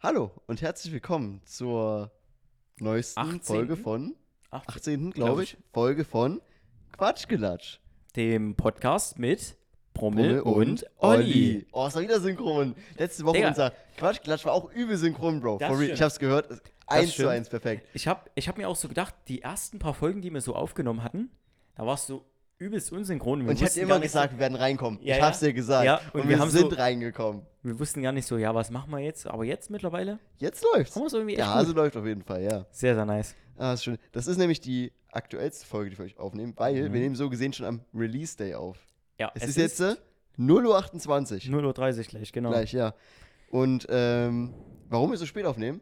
Hallo und herzlich willkommen zur neuesten 18. Folge von 18. 18. Glaub glaube ich, Folge von Quatschgelatsch. Dem Podcast mit Bummel Brummel und Olli. Oh, ist doch wieder synchron. Letzte Woche Digga. unser Quatschgelatsch war auch übel synchron, Bro. Das For real. Ich stimmt. hab's gehört. Eins zu stimmt. eins, perfekt. Ich habe ich hab mir auch so gedacht, die ersten paar Folgen, die wir so aufgenommen hatten, da war es so übelst unsynchron. Wir Und ich hab wussten dir gar immer nicht gesagt, wir werden reinkommen. Ja, ich ja. hab's dir gesagt. Ja, und, wir, haben sind so- reingekommen. So, wir wussten gar nicht so, ja, was machen wir jetzt? Aber jetzt mittlerweile Jetzt läuft's. haben wir es irgendwie echt Der ja, Hase läuft auf jeden Fall, ja. Sehr, sehr nice. Ah, ist schön. Das ist nämlich die aktuellste Folge, die wir euch aufnehmen, Mhm. weil wir nehmen so gesehen schon am Release Day auf. Ja, Es, ist, jetzt äh, 0.28 Uhr. 0.30 Uhr gleich, genau. Gleich, ja. Und ähm, warum wir so spät aufnehmen,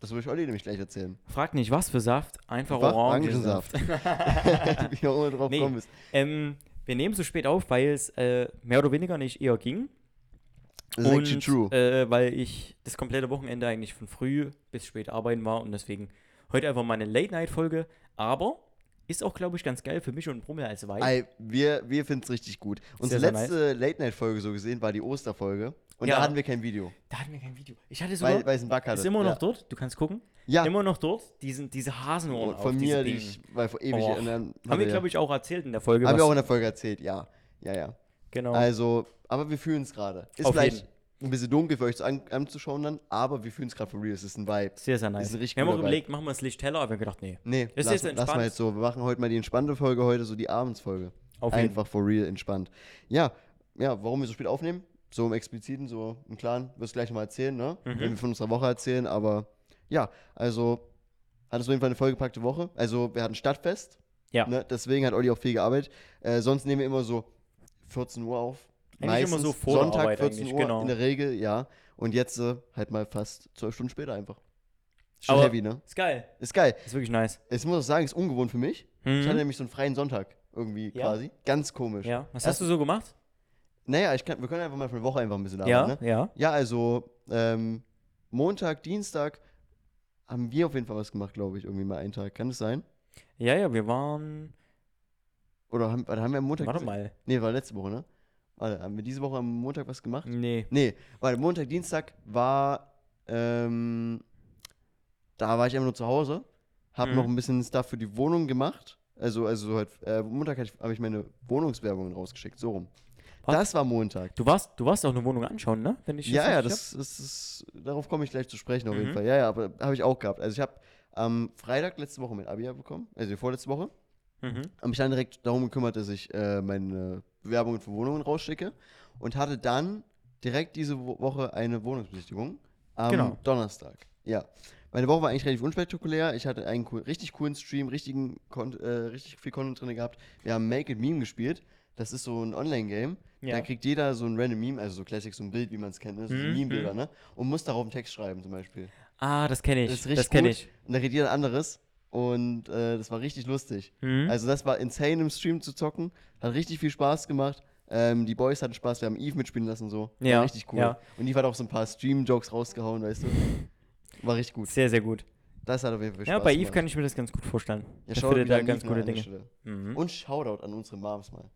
das will ich Olli nämlich gleich erzählen. Frag nicht, was für Saft, einfach Einfach Orangensaft. Wie auch immer du drauf Nee. gekommen bist. ähm, wir nehmen so spät auf, weil es äh, mehr oder weniger nicht eher ging. Das ist actually true. Äh, weil ich das komplette Wochenende eigentlich von früh bis spät arbeiten war und deswegen heute einfach mal eine Late-Night-Folge. Aber ist auch, glaube ich, ganz geil für mich und Brummel als Weib. Ey, wir wir finden es richtig gut. Unsere sehr letzte Late-Night-Folge so gesehen war die Osterfolge. Und Ja. da hatten wir kein Video, Da hatten wir kein Video. Ich hatte sogar. weil, weil es einen Bug hatte. ist immer noch ja. dort, du kannst gucken. Ja, Immer noch dort, diesen, diese Hasenohren. von auf, mir, die diese ich, weil vor ewig. Oh. und dann Haben wir, ja- glaube ich, auch erzählt in der Folge. haben wir was- auch in der Folge erzählt, ja. Ja, ja. genau. Also, aber wir fühlen es gerade. Ist Auf vielleicht jeden. ein bisschen dunkel für euch zu an, anzuschauen dann, aber wir fühlen es gerade for real. Es ist ein Vibe. sehr, sehr nice. ist ein richtig wir haben guter auch Vibe. überlegt, machen wir das Licht heller, aber wir haben gedacht, nee. Nee, Ist lass, lass jetzt mal entspannt. jetzt so. Wir machen heute mal die entspannte Folge, heute so die Abendsfolge. Auf jeden. Einfach for real entspannt. Ja, ja, warum wir so spät aufnehmen? So im Expliziten, so im Klaren. Wirst gleich mal erzählen, ne? Mhm. Wenn wir von unserer Woche erzählen, aber ja, also hattest du auf jeden Fall eine vollgepackte Woche. Also wir hatten Stadtfest. Ja. Ne? Deswegen hat Olli auch viel gearbeitet. Äh, sonst nehmen wir immer so 14 Uhr auf. Eigentlich immer so vor der Sonntag Arbeit 14 eigentlich, Uhr genau. in der Regel, ja. Und jetzt äh, halt mal fast zwölf Stunden später einfach. Schon Aber- heavy, ne? Ist geil. Ist geil. Ist wirklich nice. Es muss ich sagen, ist ungewohnt für mich. Ich Mhm. hatte nämlich so einen freien Sonntag irgendwie Ja. quasi. Ganz komisch. Ja. Was Erst- hast du so gemacht? Naja, ich kann, wir können einfach mal von der Woche einfach ein bisschen ja, arbeiten. Ne? ja. ja also ähm, Montag, Dienstag haben wir auf jeden Fall was gemacht, glaube ich, irgendwie mal einen Tag. Kann das sein? Ja, ja, wir waren. Oder haben, warte, haben wir am Montag. Warte diese- mal. Nee, war letzte Woche, ne? Warte, haben wir diese Woche am Montag was gemacht? Nee. Nee, weil Montag, Dienstag war, ähm, da war ich einfach nur zu Hause, habe Mhm. noch ein bisschen Stuff für die Wohnung gemacht. Also, also so halt, äh, Montag habe ich meine Wohnungswerbungen rausgeschickt, so rum. Was? Das war Montag. Du warst, du warst auch eine Wohnung anschauen, ne? Wenn ich Ja, ja, richtig das, das ist, darauf komme ich gleich zu sprechen auf jeden Mhm. Fall. Ja, ja, aber habe ich auch gehabt. Also ich habe am Freitag letzte Woche mein Abi ja bekommen, also die vorletzte Woche. hab. Mhm. habe mich dann direkt darum gekümmert, dass ich äh, meine Bewerbungen für Wohnungen rausschicke und hatte dann direkt diese Wo- Woche eine Wohnungsbesichtigung am Genau. Donnerstag. Ja. Meine Woche war eigentlich relativ unspektakulär. Ich hatte einen cool, richtig coolen Stream, richtigen, Kon- äh, richtig viel Content drin gehabt. Wir haben Make It Meme gespielt. Das ist so ein Online-Game. Ja. Da kriegt jeder so ein random Meme, also so Classic, so ein Bild, wie man es kennt, ne? so Mhm, Meme-Bilder, mhm. ne? Und muss darauf einen Text schreiben zum Beispiel. Ah, das kenne ich. Das Das, ist richtig kenne gut. ich. Und da redet jeder anderes. Und äh, das war richtig lustig. Mhm. Also das war insane im Stream zu zocken. Hat richtig viel Spaß gemacht. Ähm, die Boys hatten Spaß, wir haben Eve mitspielen lassen und so. War Ja, richtig cool. ja. Und Eve hat auch so ein paar Stream-Jokes rausgehauen, weißt du. War richtig gut. Sehr, sehr gut. Das hat auf jeden Fall Spaß ja, bei Eve gemacht. kann ich mir das ganz gut vorstellen. ja, Der Shoutout findet wieder da an ganz Eve, ne, gute an der Dinge. Stelle. Mhm. Und Shoutout an unsere Moms mal.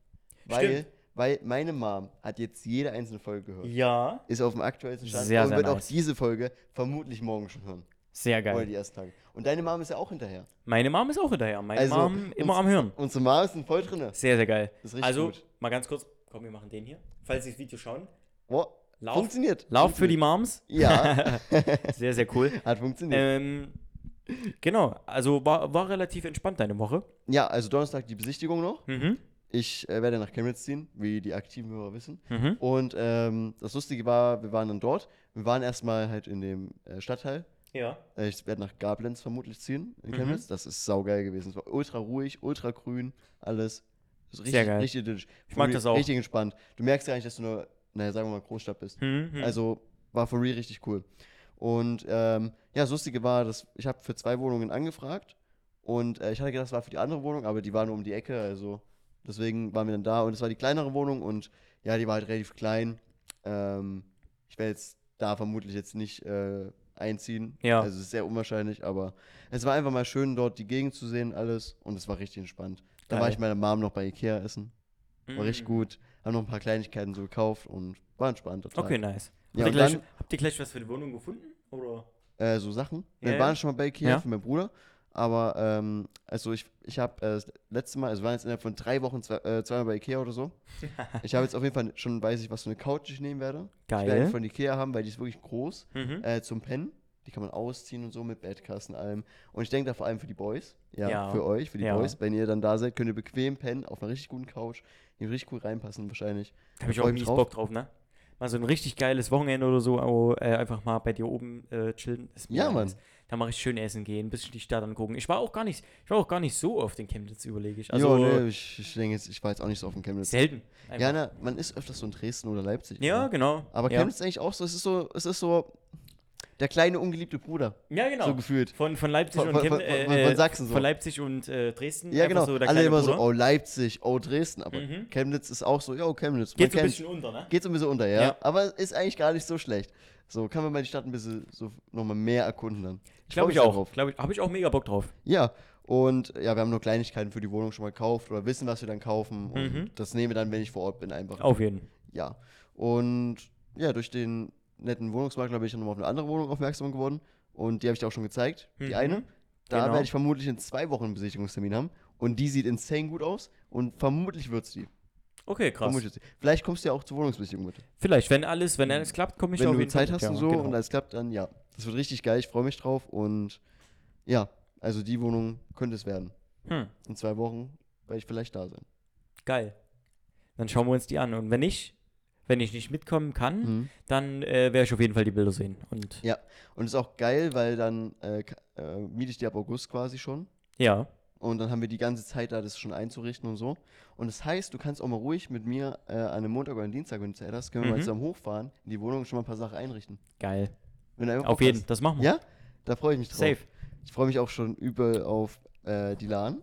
Weil, weil meine Mom hat jetzt jede einzelne Folge gehört. Ja. Ist auf dem aktuellsten Stand Sehr, und sehr wird auch nice. diese Folge vermutlich morgen schon hören. Sehr geil. Oder die ersten Tage. Und deine Mom ist ja auch hinterher. Meine Mom ist auch hinterher. Meine Also, Mom immer uns- am Hören. Unsere Mom ist voll drinne. Sehr, sehr geil. Ist richtig also, gut. mal ganz kurz. Komm, wir machen den hier. Falls Sie das Video schauen. Wow. Lauf- Funktioniert. Lauf für die Moms. Ja, Sehr, sehr cool. hat funktioniert. ähm, genau. Also, war, war relativ entspannt deine Woche. Ja, also Donnerstag die Besichtigung noch. Mhm. Ich äh, werde nach Chemnitz ziehen, wie die aktiven Hörer wissen. Mhm. Und ähm, das Lustige war, wir waren dann dort. Wir waren erstmal halt in dem äh, Stadtteil. Ja. Äh, ich werde nach Gablenz vermutlich ziehen Mhm. in Chemnitz. Das ist saugeil gewesen. Es war ultra ruhig, ultra grün, alles. Ist richtig, Sehr geil. Richtig idyllisch. Ich mag Really- das auch. Richtig entspannt. Du merkst ja eigentlich, dass du nur, naja, sagen wir mal, Großstadt bist. Mhm. Also war for real richtig cool. Und ähm, ja, das Lustige war, dass ich habe für zwei Wohnungen angefragt und äh, ich hatte gedacht, es war für die andere Wohnung, aber die war nur um die Ecke, also deswegen waren wir dann da und es war die kleinere Wohnung und ja, die war halt relativ klein. Ähm, ich werde jetzt da vermutlich jetzt nicht äh, einziehen. Ja. Also es ist sehr unwahrscheinlich, aber es war einfach mal schön, dort die Gegend zu sehen, alles und es war richtig entspannt. Da war Geil. ich mit meiner Mom noch bei Ikea essen, war Mhm. richtig gut, haben noch ein paar Kleinigkeiten so gekauft und war entspannt. total. Okay, nice. Ja, habt, ihr und gleich, dann- habt ihr gleich was für die Wohnung gefunden? Oder? äh, so Sachen. Ja, wir ja. waren schon mal bei Ikea Ja. für meinen Bruder. Aber, ähm, also ich, ich habe äh, das letzte Mal, also wir waren jetzt innerhalb von drei Wochen zwei, äh, zweimal bei Ikea oder so. ich habe jetzt auf jeden Fall schon, weiß ich, was für eine Couch ich nehmen werde. Ich werde eine Geil. von Ikea haben, weil die ist wirklich groß. Mhm. Äh, zum Pennen. Die kann man ausziehen und so mit Bettkasten allem. Und ich denke da vor allem für die Boys. Ja, Ja. für euch, für die Ja. Boys. Wenn ihr dann da seid, könnt ihr bequem pennen auf einer richtig guten Couch. Die richtig cool reinpassen wahrscheinlich. Da habe ich freu auch mich mies drauf. Bock drauf, ne? Mal so ein richtig geiles Wochenende oder so, au- äh, einfach mal bei dir oben äh, chillen. Ist mega Ja, Mann. nice. Da mache ich schön essen gehen, ein bisschen die Stadt angucken. Ich war auch gar nicht, ich war auch gar nicht so oft in Chemnitz, überlege ich. Also Also, jo, ne, ich, ich denke jetzt, ich war jetzt auch nicht so auf dem Chemnitz. selten. einfach. Ja, na, man ist öfters so in Dresden oder Leipzig. ja, oder? genau. Aber ja. Chemnitz ist eigentlich auch so, es ist so, es ist so der kleine ungeliebte Bruder, Ja, genau. so gefühlt. von, von Leipzig Von- und von- Chemnitz. von- von- von Sachsen so. Von Leipzig und äh, Dresden. Ja, einfach genau. So der Alle kleine immer so, Bruder. oh Leipzig, oh Dresden, aber Mhm. Chemnitz ist auch so, ja, oh, Chemnitz. Geht so ein kennt's. bisschen unter, ne? Geht so ein bisschen unter, ja. Ja. Aber ist eigentlich gar nicht so schlecht. So, kann man mal die Stadt ein bisschen so nochmal mehr erkunden dann. freu Glaube ich mich auch. darauf. Glaube ich, habe ich auch mega Bock drauf. Ja. Und ja, wir haben nur Kleinigkeiten für die Wohnung schon mal gekauft oder wissen, was wir dann kaufen. Und Mhm. das nehmen wir dann, wenn ich vor Ort bin, einfach. Auf jeden. Ja. Und ja, durch den netten Wohnungsmakler bin ich dann nochmal auf eine andere Wohnung aufmerksam geworden. Und die habe ich dir auch schon gezeigt. Die Mhm. eine. Da Genau. werde ich vermutlich in zwei Wochen einen Besichtigungstermin haben. Und die sieht insane gut aus. Und vermutlich wird es die. Okay, krass. Vermutlich wird's die. Vielleicht kommst du ja auch zur Wohnungsbesichtigung mit. Vielleicht, wenn alles, wenn alles klappt, komme ich Hm. Wenn auf du jeden Zeit Fall mit, hast und ja, so genau. und alles klappt, dann ja. Das wird richtig geil. Ich freue mich drauf. Und ja, also die Wohnung könnte es werden. Hm, In zwei Wochen werde ich vielleicht da sein. geil. Dann schauen wir uns die an. Und wenn nicht, wenn ich nicht mitkommen kann, Mhm. dann äh, werde ich auf jeden Fall die Bilder sehen. Und Ja. Und ist auch geil, weil dann äh, ka- äh, miete ich die ab August quasi schon. ja, Und dann haben wir die ganze Zeit da, das schon einzurichten und so. Und das heißt, du kannst auch mal ruhig mit mir äh, an einem Montag oder einem Dienstag, wenn du Zeit hast, können wir Mhm. mal zusammen hochfahren, in die Wohnung und schon mal ein paar Sachen einrichten. geil. Wenn du einfach Auf Bock jeden, das machen hast. wir. Ja? Da freue ich mich drauf. Safe. Ich freue mich auch schon übel auf äh, die LAN.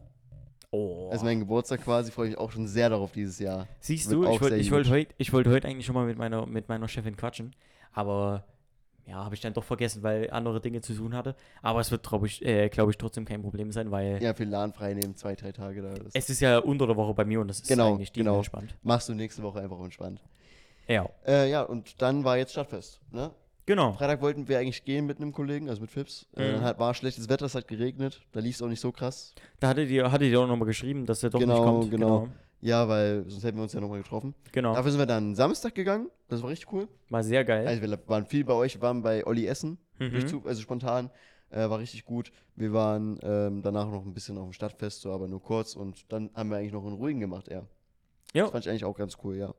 Oh. Also meinen Geburtstag quasi, freue ich mich auch schon sehr darauf dieses Jahr. Siehst wird du, ich auch wollte sehr ich wollt gut. heute ich wollt heut eigentlich schon mal mit meiner, mit meiner Chefin quatschen, aber ja, habe ich dann doch vergessen, weil andere Dinge zu tun hatte. Aber es wird, glaube ich, äh, glaub ich, trotzdem kein Problem sein, weil Ja, für LAN freinehmen, zwei, drei Tage da. Das es ist ja unter der Woche bei mir und das ist Genau, eigentlich die genau. entspannt. machst du nächste Woche einfach entspannt. Ja, Äh, ja, und dann war jetzt Stadtfest. Ne? genau. Freitag wollten wir eigentlich gehen mit einem Kollegen, also mit Fips. Äh, Mhm. dann hat, war schlechtes Wetter, es hat geregnet. Da lief es auch nicht so krass. Da hattet ihr, hattet ihr auch nochmal geschrieben, dass er doch nicht Genau, kommt. genau. genau. Ja, weil sonst hätten wir uns ja nochmal getroffen. genau. Dafür sind wir dann Samstag gegangen. Das war richtig cool. War sehr geil. Also wir waren viel bei euch, wir waren bei Olli Essen, Mhm. durch Zuf also spontan. Äh, war richtig gut. Wir waren ähm, danach noch ein bisschen auf dem Stadtfest, so, aber nur kurz. Und dann haben wir eigentlich noch einen ruhigen gemacht, ja. Ja. Das fand ich eigentlich auch ganz cool, ja.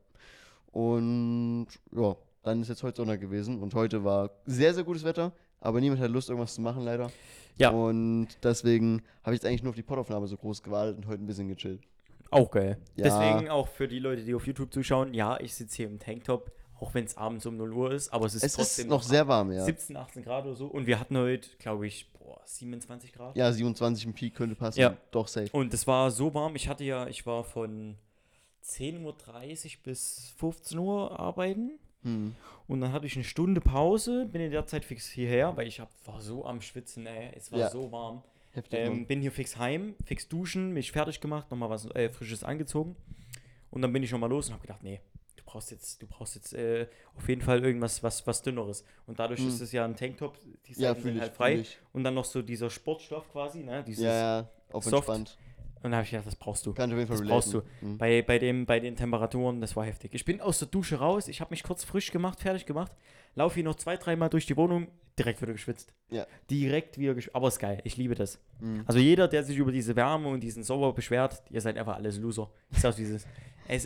Und ja, dann ist jetzt heute Sonntag gewesen. Und heute war sehr, sehr gutes Wetter, aber niemand hat Lust, irgendwas zu machen, leider. Ja. Und deswegen habe ich jetzt eigentlich nur auf die Pottaufnahme so groß gewartet und heute ein bisschen gechillt. Auch geil. Ja. Deswegen auch für die Leute, die auf YouTube zuschauen, ja, ich sitze hier im Tanktop, auch wenn es abends um 0 Uhr ist, aber es ist Es trotzdem ist noch sehr warm, ja. 17, 18 Grad oder so. Und wir hatten heute, glaube ich, boah, 27 Grad. Ja, 27 im Peak könnte passen. Ja. Doch, safe. Und es war so warm, ich hatte ja, ich war von 10.30 Uhr bis 15 Uhr arbeiten. Hm. Und dann hatte ich eine Stunde Pause, bin in der Zeit fix hierher, weil ich hab, war so am Schwitzen, ey. Es war Ja. so warm. Heftig. Mann. Ähm, bin hier fix heim, fix duschen, mich fertig gemacht, nochmal was äh, Frisches angezogen. Und dann bin ich nochmal los und habe gedacht, nee, du brauchst jetzt, du brauchst jetzt äh, auf jeden Fall irgendwas, was, was Dünneres. Und dadurch ist es ja ein Tanktop, die Seiten Mhm. Ja, fühl sind ich, halt fühl frei. ich. Und dann noch so dieser Sportstoff quasi, ne? Dieses, Ja, ja, auf soft. entspannt. Und dann habe ich gedacht, das brauchst du. Kann ich auf jeden Fall Das brauchst relaten. Mhm. du. Bei, bei, dem, bei den Temperaturen, das war heftig. Ich bin aus der Dusche raus, ich habe mich kurz frisch gemacht, fertig gemacht, laufe hier noch zwei, dreimal durch die Wohnung, direkt wieder geschwitzt. Ja. Mhm. Direkt wieder geschwitzt. Aber ist geil, ich liebe das. Also jeder, der sich über diese Wärme und diesen Sommer beschwert, ihr seid einfach alles Loser. Ich sag dieses. Es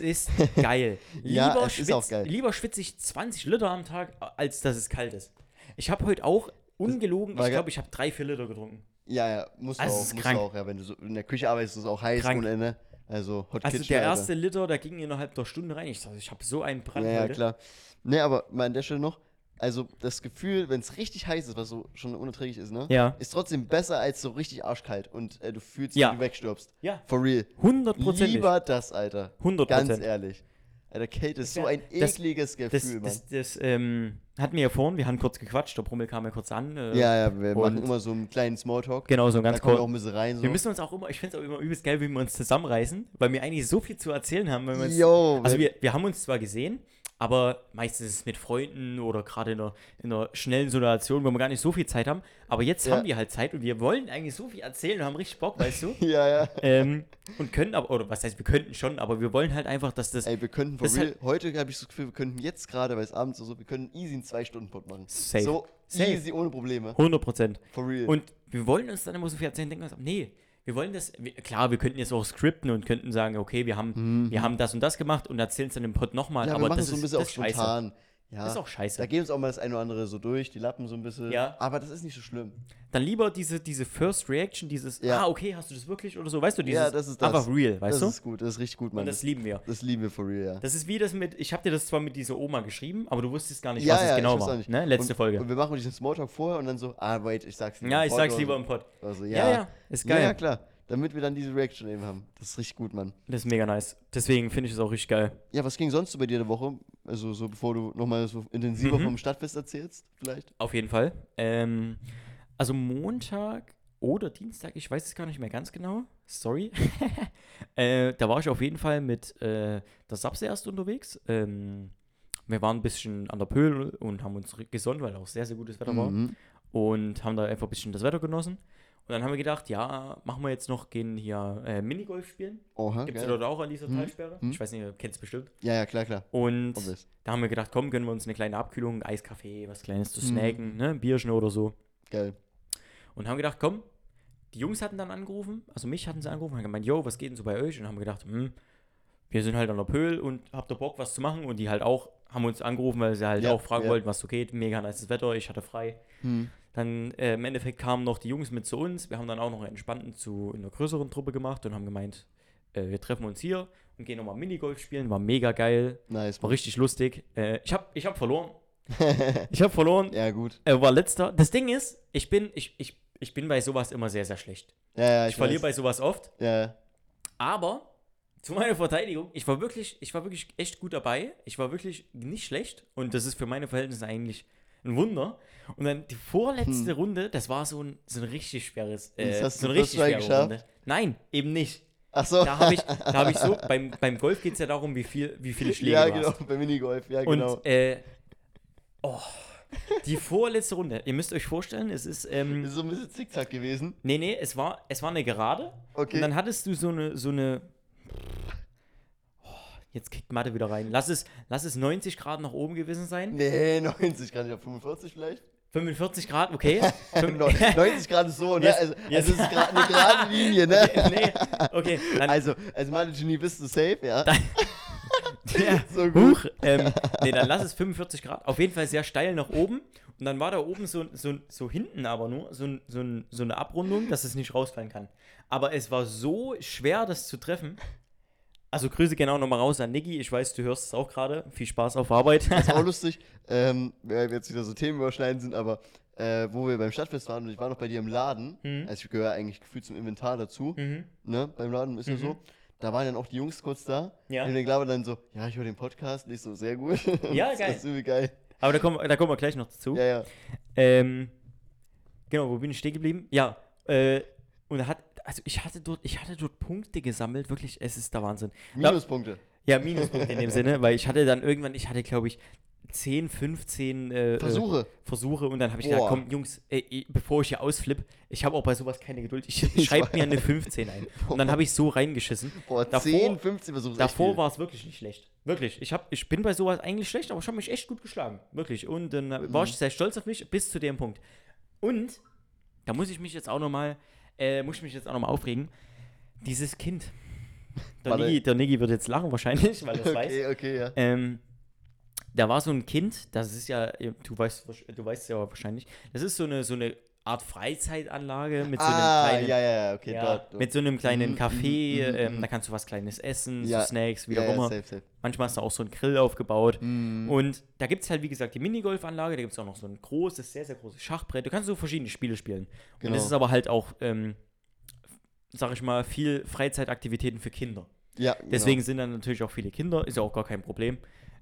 ist geil. Ja, es ist auch geil. Lieber schwitze ich 20 Liter am Tag, als dass es kalt ist. Ich habe heute auch, ungelogen, war ich ge- glaube, ich habe drei, vier Liter getrunken. Ja, ja, musst du Also, es auch, ist musst du krank. auch, ja. Wenn du so in der Küche arbeitest, ist es auch heiß Krank. ohne Ende. Also Hot Also Kitchen, der Alter. erste Liter, der ging innerhalb der Stunde rein. Ich dachte, ich habe so einen Brand Ja, ja, heute. klar. Nee, aber mal an der Stelle noch. Also das Gefühl, wenn es richtig heiß ist, was so schon unerträglich ist, ne? Ja. Ist trotzdem besser als so richtig arschkalt und äh, du fühlst, Ja. wie du wegstirbst. Ja. For real. 100 Prozent. Lieber das, Alter. 100%. Ganz ehrlich. Alter, Kälte ist so ein Das- ekliges Das, Gefühl, Mann. das, das ähm, hatten wir ja vorhin, wir haben kurz gequatscht, der Brummel kam ja kurz an. Äh, ja, ja, wir machen und- immer so einen kleinen Smalltalk. Genau, so ein Da ganz kommen wir kurz. auch ein bisschen rein. So. Wir müssen uns auch immer, ich finde es auch immer übelst geil, wie wir uns zusammenreißen, weil wir eigentlich so viel zu erzählen haben. Wenn wir uns, Yo, also wenn- wir, wir haben uns zwar gesehen, Aber meistens ist es mit Freunden oder gerade in einer, in einer schnellen Situation, wo wir gar nicht so viel Zeit haben. Aber jetzt Ja. haben wir halt Zeit und wir wollen eigentlich so viel erzählen und haben richtig Bock, weißt du? Ja, ja. ähm, und können aber, oder was heißt, wir könnten schon, aber wir wollen halt einfach, dass das Ey, wir könnten for Das ist real, heute habe ich so das Gefühl, wir könnten jetzt gerade, weil es abends ist, so, wir können easy einen Zwei-Stunden-Pod machen. Safe. So Safe. easy, ohne Probleme. 100 Prozent. For real. Und wir wollen uns dann immer so viel erzählen, denken uns, nee, wir wollen das, wir, klar, wir könnten jetzt auch skripten und könnten sagen, okay, wir haben, wir haben das und das gemacht und erzählen es dann im Pod nochmal, Mhm. ja, wir aber machen das das so ein ist, bisschen das auch ist scheiße. spontan. Ja. Das ist auch scheiße. Da gehen uns auch mal das eine oder andere so durch, die Lappen so ein bisschen. Ja. Aber das ist nicht so schlimm. Dann lieber diese, diese First Reaction, dieses, Ja. ah, okay, hast du das wirklich oder so, weißt du, dieses, ja, das ist das. einfach real, das weißt du? Das ist gut, das ist richtig gut, Mann. und das Das, lieben wir. das lieben wir for real, ja. Das ist wie das mit, ich habe dir das zwar mit dieser Oma geschrieben, aber du wusstest gar nicht, ja, was ja, es genau ich weiß auch war. nicht. Ne? Letzte und, Folge. Und wir machen diesen Smalltalk vorher und dann so, ah, wait, ich sag's ja, ich Pod sag's oder lieber so. im Pod. Also, Ja, ja. ja, ist geil. Ja, ja, klar. Damit wir dann diese Reaction eben haben. Das ist richtig gut, Mann. Das ist mega nice. Deswegen finde ich es auch richtig geil. Ja, was ging sonst so bei dir der Woche? Also so bevor du nochmal so intensiver Mhm. vom Stadtfest erzählst, vielleicht? Auf jeden Fall. Ähm, also Montag oder Dienstag, ich weiß es gar nicht mehr ganz genau. Sorry. äh, da war ich auf jeden Fall mit äh, der Sapse erst unterwegs. Ähm, wir waren ein bisschen an der Pöhl und haben uns gesonnt, weil auch sehr, sehr gutes Wetter war. Mhm. Und haben da einfach ein bisschen das Wetter genossen. Und dann haben wir gedacht, ja, machen wir jetzt noch, gehen hier äh, Minigolf spielen. Oha, Gibt es geil. dort auch an dieser Mhm. Talsperre? Mhm. Ich weiß nicht, ihr kennt es bestimmt. Ja, ja, klar, klar. Und Obvious. da haben wir gedacht, komm, gönnen wir uns eine kleine Abkühlung, ein Eiskaffee, was Kleines zu Mhm. snacken, ne? ein Bierchen oder so. Geil. Und haben gedacht, komm, die Jungs hatten dann angerufen, also mich hatten sie angerufen, haben gemeint, yo, was geht denn so bei euch? Und haben wir gedacht, hm, wir sind halt an der Pöhl und habt ihr Bock, was zu machen? Und die halt auch, haben uns angerufen, weil sie halt Ja, auch fragen ja. wollten, was so geht. Mega nice Wetter, ich hatte frei. Hm. Dann äh, im Endeffekt kamen noch die Jungs mit zu uns. Wir haben dann auch noch einen entspannten zu einer größeren Truppe gemacht und haben gemeint, äh, wir treffen uns hier und gehen nochmal Minigolf spielen. War mega geil, Nice. war richtig lustig. Äh, ich habe ich hab verloren. ich habe verloren. Ja, gut. Er war letzter. Das Ding ist, ich bin, ich, ich, ich bin bei sowas immer sehr, sehr schlecht. Ja, ja, Ich, ich, verliere weiß. bei sowas oft. Ja, Aber zu meiner Verteidigung, ich war wirklich, ich war wirklich echt gut dabei. Ich war wirklich nicht schlecht. Und das ist für meine Verhältnisse eigentlich ein Wunder. Und dann die vorletzte Runde, das war so ein, so ein richtig schweres, äh, Hm. das hast so du eine first richtig try schwere geschafft? Runde. Nein, eben nicht. Ach so. Da habe ich, da habe ich so, beim, beim Golf geht es ja darum, wie, viel, wie viele Schläge ja, du hast. genau, bei Minigolf. Ja, Und genau. äh, oh, die vorletzte Runde. Ihr müsst euch vorstellen, es ist. Ähm, Ist so ein bisschen zickzack gewesen. nee, nee, es war, es war eine Gerade. Okay. Und dann hattest du so eine. So eine oh, jetzt kickt Mathe wieder rein. Lass es, lass es 90 Grad nach oben gewesen sein. nee, 90 Grad, ja, 45 vielleicht. 45 Grad, okay. Fünf- Neun- 90 Grad ist so, ne? Jetzt- also, also jetzt- es ist gra- eine gerade Linie, ne? nee, okay. Dann, Also, also meine Genie, bist du safe, ja? Ja. so gut. Huch, ähm, nee, dann lass es 45 Grad. Auf jeden Fall sehr steil nach oben. Und dann war da oben so, so, so hinten aber nur so, ein- so, ein- so eine Abrundung, dass es nicht rausfallen kann. Aber es war so schwer, das zu treffen. Also Grüße genau nochmal raus an Niggi. Ich weiß, du hörst es auch gerade. Viel Spaß auf Arbeit. Das ist auch lustig, ähm, weil wir jetzt wieder so Themen überschneiden sind, aber äh, wo wir beim Stadtfest waren und ich war noch bei dir im Laden, Mhm. also ich gehöre eigentlich gefühlt zum Inventar dazu, ne, beim Laden ist ja so, da waren dann auch die Jungs kurz da, Mhm. Ja. und dann glaube dann so, ja, ich höre den Podcast, nicht so sehr gut. Ja, das geil. ist irgendwie geil. Aber da kommen, da kommen wir gleich noch dazu. Ja, ja. Ähm, genau, wo bin ich stehen geblieben? Ja, äh, und da hat, also ich hatte dort, ich hatte dort Punkte gesammelt. Wirklich, es ist der Wahnsinn. Da- Minuspunkte. Ja, Minuspunkt in dem Sinne, weil ich hatte dann irgendwann, ich hatte glaube ich 10, 15 äh, Äh, Versuche. Versuche und dann habe ich Boah. gedacht, komm Jungs, äh, ich- bevor ich hier ausflippe, ich habe auch bei sowas keine Geduld, ich schreibe mir eine 15 ein. Und dann habe ich so reingeschissen. Boah, davor- 10, 15 Versuche. ist echt Davor viel. war es wirklich nicht schlecht. Wirklich, ich, hab, ich bin bei sowas eigentlich schlecht, aber ich habe mich echt gut geschlagen. Wirklich. Und dann äh, Mhm. war ich sehr stolz auf mich bis zu dem Punkt. Und, da muss ich mich jetzt auch nochmal, äh, muss ich mich jetzt auch nochmal aufregen, dieses Kind. Der Warte. Niggi, der Niggi wird jetzt lachen wahrscheinlich, weil er es weiß. Okay, okay, ja. Ähm, da war so ein Kind, das ist ja, du weißt, du weißt ja wahrscheinlich, das ist so eine, so eine Art Freizeitanlage mit so einem ah, kleinen, ja, ja, ja, okay, ja, dort. mit so einem kleinen Mhm, Café, mhm, mhm, ähm, mhm. da kannst du was Kleines essen, Ja, so Snacks, wie ja, auch ja, immer. safe, safe. Manchmal ist da auch so ein Grill aufgebaut. Mhm. Und da gibt es halt, wie gesagt, die Minigolfanlage, da gibt es auch noch so ein großes, sehr, sehr großes Schachbrett. Du kannst so verschiedene Spiele spielen. Und Genau. das ist aber halt auch, ähm, sag ich mal, viel Freizeitaktivitäten für Kinder. Ja, genau. Deswegen sind dann natürlich auch viele Kinder, ist ja auch gar kein Problem.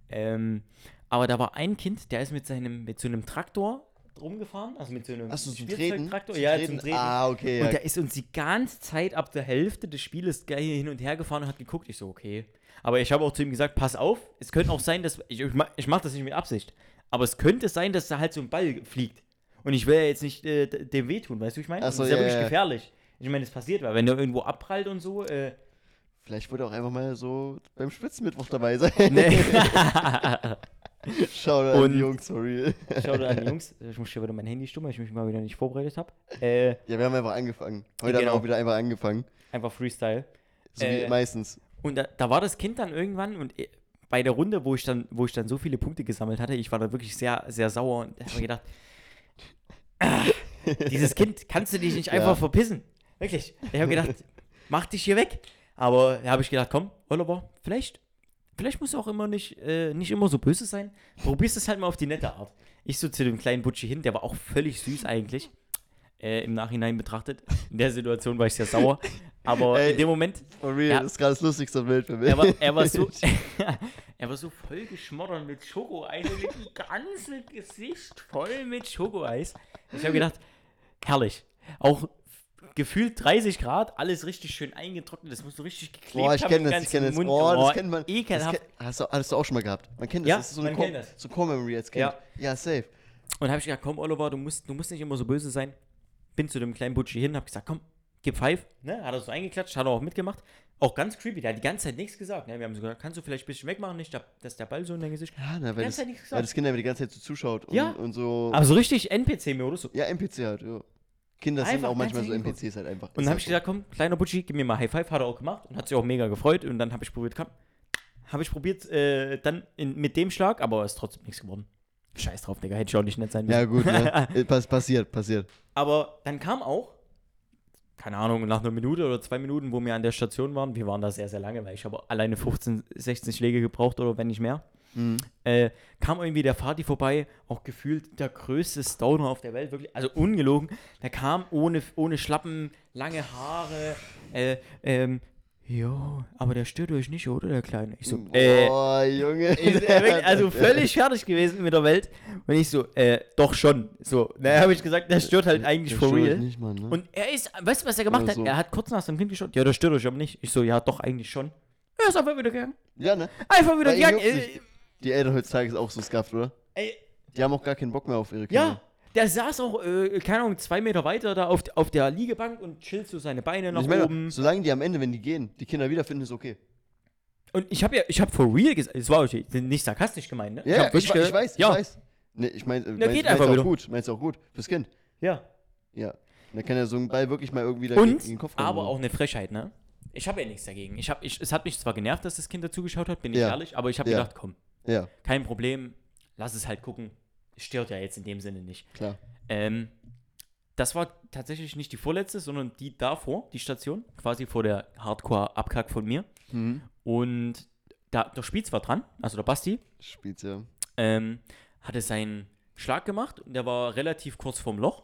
Ähm, aber da war ein Kind, der ist mit seinem, mit so einem Traktor rumgefahren, also mit so einem Ach so, zum Treten? Spielzeugtraktor. Zum ja, Treten? zum Treten. Ah, okay. Und Ja. der ist uns die ganze Zeit ab der Hälfte des Spieles geil hin und her gefahren und hat geguckt. Ich so, okay. Aber ich habe auch zu ihm gesagt, pass auf, es könnte auch sein, dass. Ich, ich, ma- ich mache das nicht mit Absicht. Aber es könnte sein, dass da halt so ein Ball fliegt. Und ich will ja jetzt nicht äh, d- dem wehtun, weißt du, wie ich meine? Ach so, das ist ja, ja, wirklich ja. gefährlich. Ich meine, es passiert, weil wenn der irgendwo abprallt und so, äh, Vielleicht wollte er auch einfach mal so beim Spitzenmittwoch dabei sein. Nee. Schau an Und- die Jungs, sorry. Schau da an die Jungs. Ich muss hier wieder mein Handy stummen, weil ich mich mal wieder nicht vorbereitet habe. Äh, Ja, wir haben einfach angefangen. Heute haben genau. wir auch wieder einfach angefangen. einfach Freestyle. So Äh, wie meistens. Und da, da war das Kind dann irgendwann und äh, bei der Runde, wo ich dann, wo ich dann so viele Punkte gesammelt hatte, ich war da wirklich sehr, sehr sauer und habe mir gedacht, ah, dieses Kind kannst du dich nicht einfach Ja. verpissen. Wirklich. Ich habe gedacht, mach dich hier weg. Aber da habe ich gedacht, komm, Oliver, vielleicht, vielleicht musst du auch immer nicht, äh, nicht immer so böse sein. Probierst es halt mal auf die nette Art. Ich so zu dem kleinen Butschi hin, der war auch völlig süß eigentlich. Äh, Im Nachhinein betrachtet. In der Situation war ich sehr sauer. Aber Ey. in dem Moment For real, Ja. das ist gerade das Lustigste am Welt für mich. er war, er war so, er war so voll geschmoddert mit Schokoeis und mit dem ganzen Gesicht voll mit Schokoeis. Ich habe gedacht, herrlich. Auch gefühlt 30 Grad, alles richtig schön eingetrocknet, das muss so richtig geklebt Boah, ich haben kenne im das, ich ganzen kenne das. Mund. Oh, Boah, das kennt man. Ekelhaft. Das kennt, hast, du, hast du auch schon mal gehabt. Man kennt das. Ja, das ist so eine man Core, kennt das. So Core Memory als Kind. Ja. Ja, safe. Und habe ich gedacht, komm, Oliver, du musst, du musst nicht immer so böse sein. Bin zu dem kleinen Butschi hin, habe gesagt, komm, gib Five. Ne? Hat er so eingeklatscht, hat er auch mitgemacht. Auch ganz creepy, der hat die ganze Zeit nichts gesagt. Ne? Wir haben so gesagt, kannst du vielleicht ein bisschen wegmachen, nicht, da- dass der Ball so in dein Gesicht Ja, na, Die weil, ganze das, Zeit nichts gesagt. weil das Kind einfach die ganze Zeit so zuschaut und, Ja. und so. Aber so richtig NPC-Modus. Und ja, NPC halt, ja. Kinder sind Einfach auch manchmal ganz so hingucken. NPCs halt einfach. dann Ist habe halt ich so. gesagt, komm, kleiner Butschi, gib mir mal High Five, hat er auch gemacht und hat sich auch mega gefreut. Und dann habe ich probiert, komm, habe ich probiert, äh, dann in, mit dem Schlag, aber ist trotzdem nichts geworden. Scheiß drauf, Digga, hätte ich auch nicht nett sein müssen. Ja, gut, ne? Äh, Pass, passiert, passiert. Aber dann kam auch, keine Ahnung, nach einer Minute oder zwei Minuten, wo wir an der Station waren, wir waren da sehr, sehr lange, weil ich habe alleine 15, 16 Schläge gebraucht oder wenn nicht mehr, Mhm. äh, kam irgendwie der Fati vorbei, auch gefühlt der größte Stoner auf der Welt, wirklich, also ungelogen, der kam ohne, ohne Schlappen, lange Haare, äh, ähm, Jo, aber der stört euch nicht, oder, der Kleine? Ich so, Mhm. äh, Boah, Junge. ist er wirklich, also völlig fertig gewesen mit der Welt. Und ich so, äh, doch schon. So, na, habe ich gesagt, der stört halt eigentlich Das for stört real. Nicht, Mann, ne? Und er ist, weißt du, was er gemacht Oder hat? so. Er hat kurz nach seinem Kind geschaut. Ja, das stört euch aber nicht. Ich so, ja, doch, eigentlich schon. Er ist einfach wieder gegangen. ja, ne? Einfach wieder Weil ihn gegangen. juckt's Äh, nicht. Die Eltern heutzutage ist auch so skafft, oder? äh, Die haben auch gar keinen Bock mehr auf ihre Kinder. ja, der saß auch, äh, keine Ahnung, zwei Meter weiter da auf, auf der Liegebank und chillt so seine Beine nach ich meine, oben. solange die am Ende, wenn die gehen, die Kinder wiederfinden, ist okay. Und ich habe ja, ich habe for real gesagt, es war auch nicht sarkastisch gemeint, ne? Ja, ich, hab wirklich ich, ge- ich weiß, ja, ich weiß. Nee, ich meine, Na, geht meinst, einfach meinst du wieder. auch gut, meinst du auch gut fürs Kind. Ja. Ja. Dann kann ja so ein Ball wirklich mal irgendwie da Und, gegen Äh, den Kopf aber rein. auch eine Frechheit, ne? Ich habe ja nichts dagegen. Ich hab, ich, es hat mich zwar genervt, dass das Kind dazugeschaut hat, bin ich Ja. ehrlich, aber ich habe Ja. gedacht, komm, Ja, kein Problem, lass es halt gucken. Stört ja jetzt in dem Sinne nicht. klar. Ähm, das war tatsächlich nicht die vorletzte, sondern die davor, die Station, quasi vor der Hardcore-Abkack von mir. Mhm. Und da, der Spitz war dran, also der Basti, Spielt's ja. ähm, hatte seinen Schlag gemacht und der war relativ kurz vorm Loch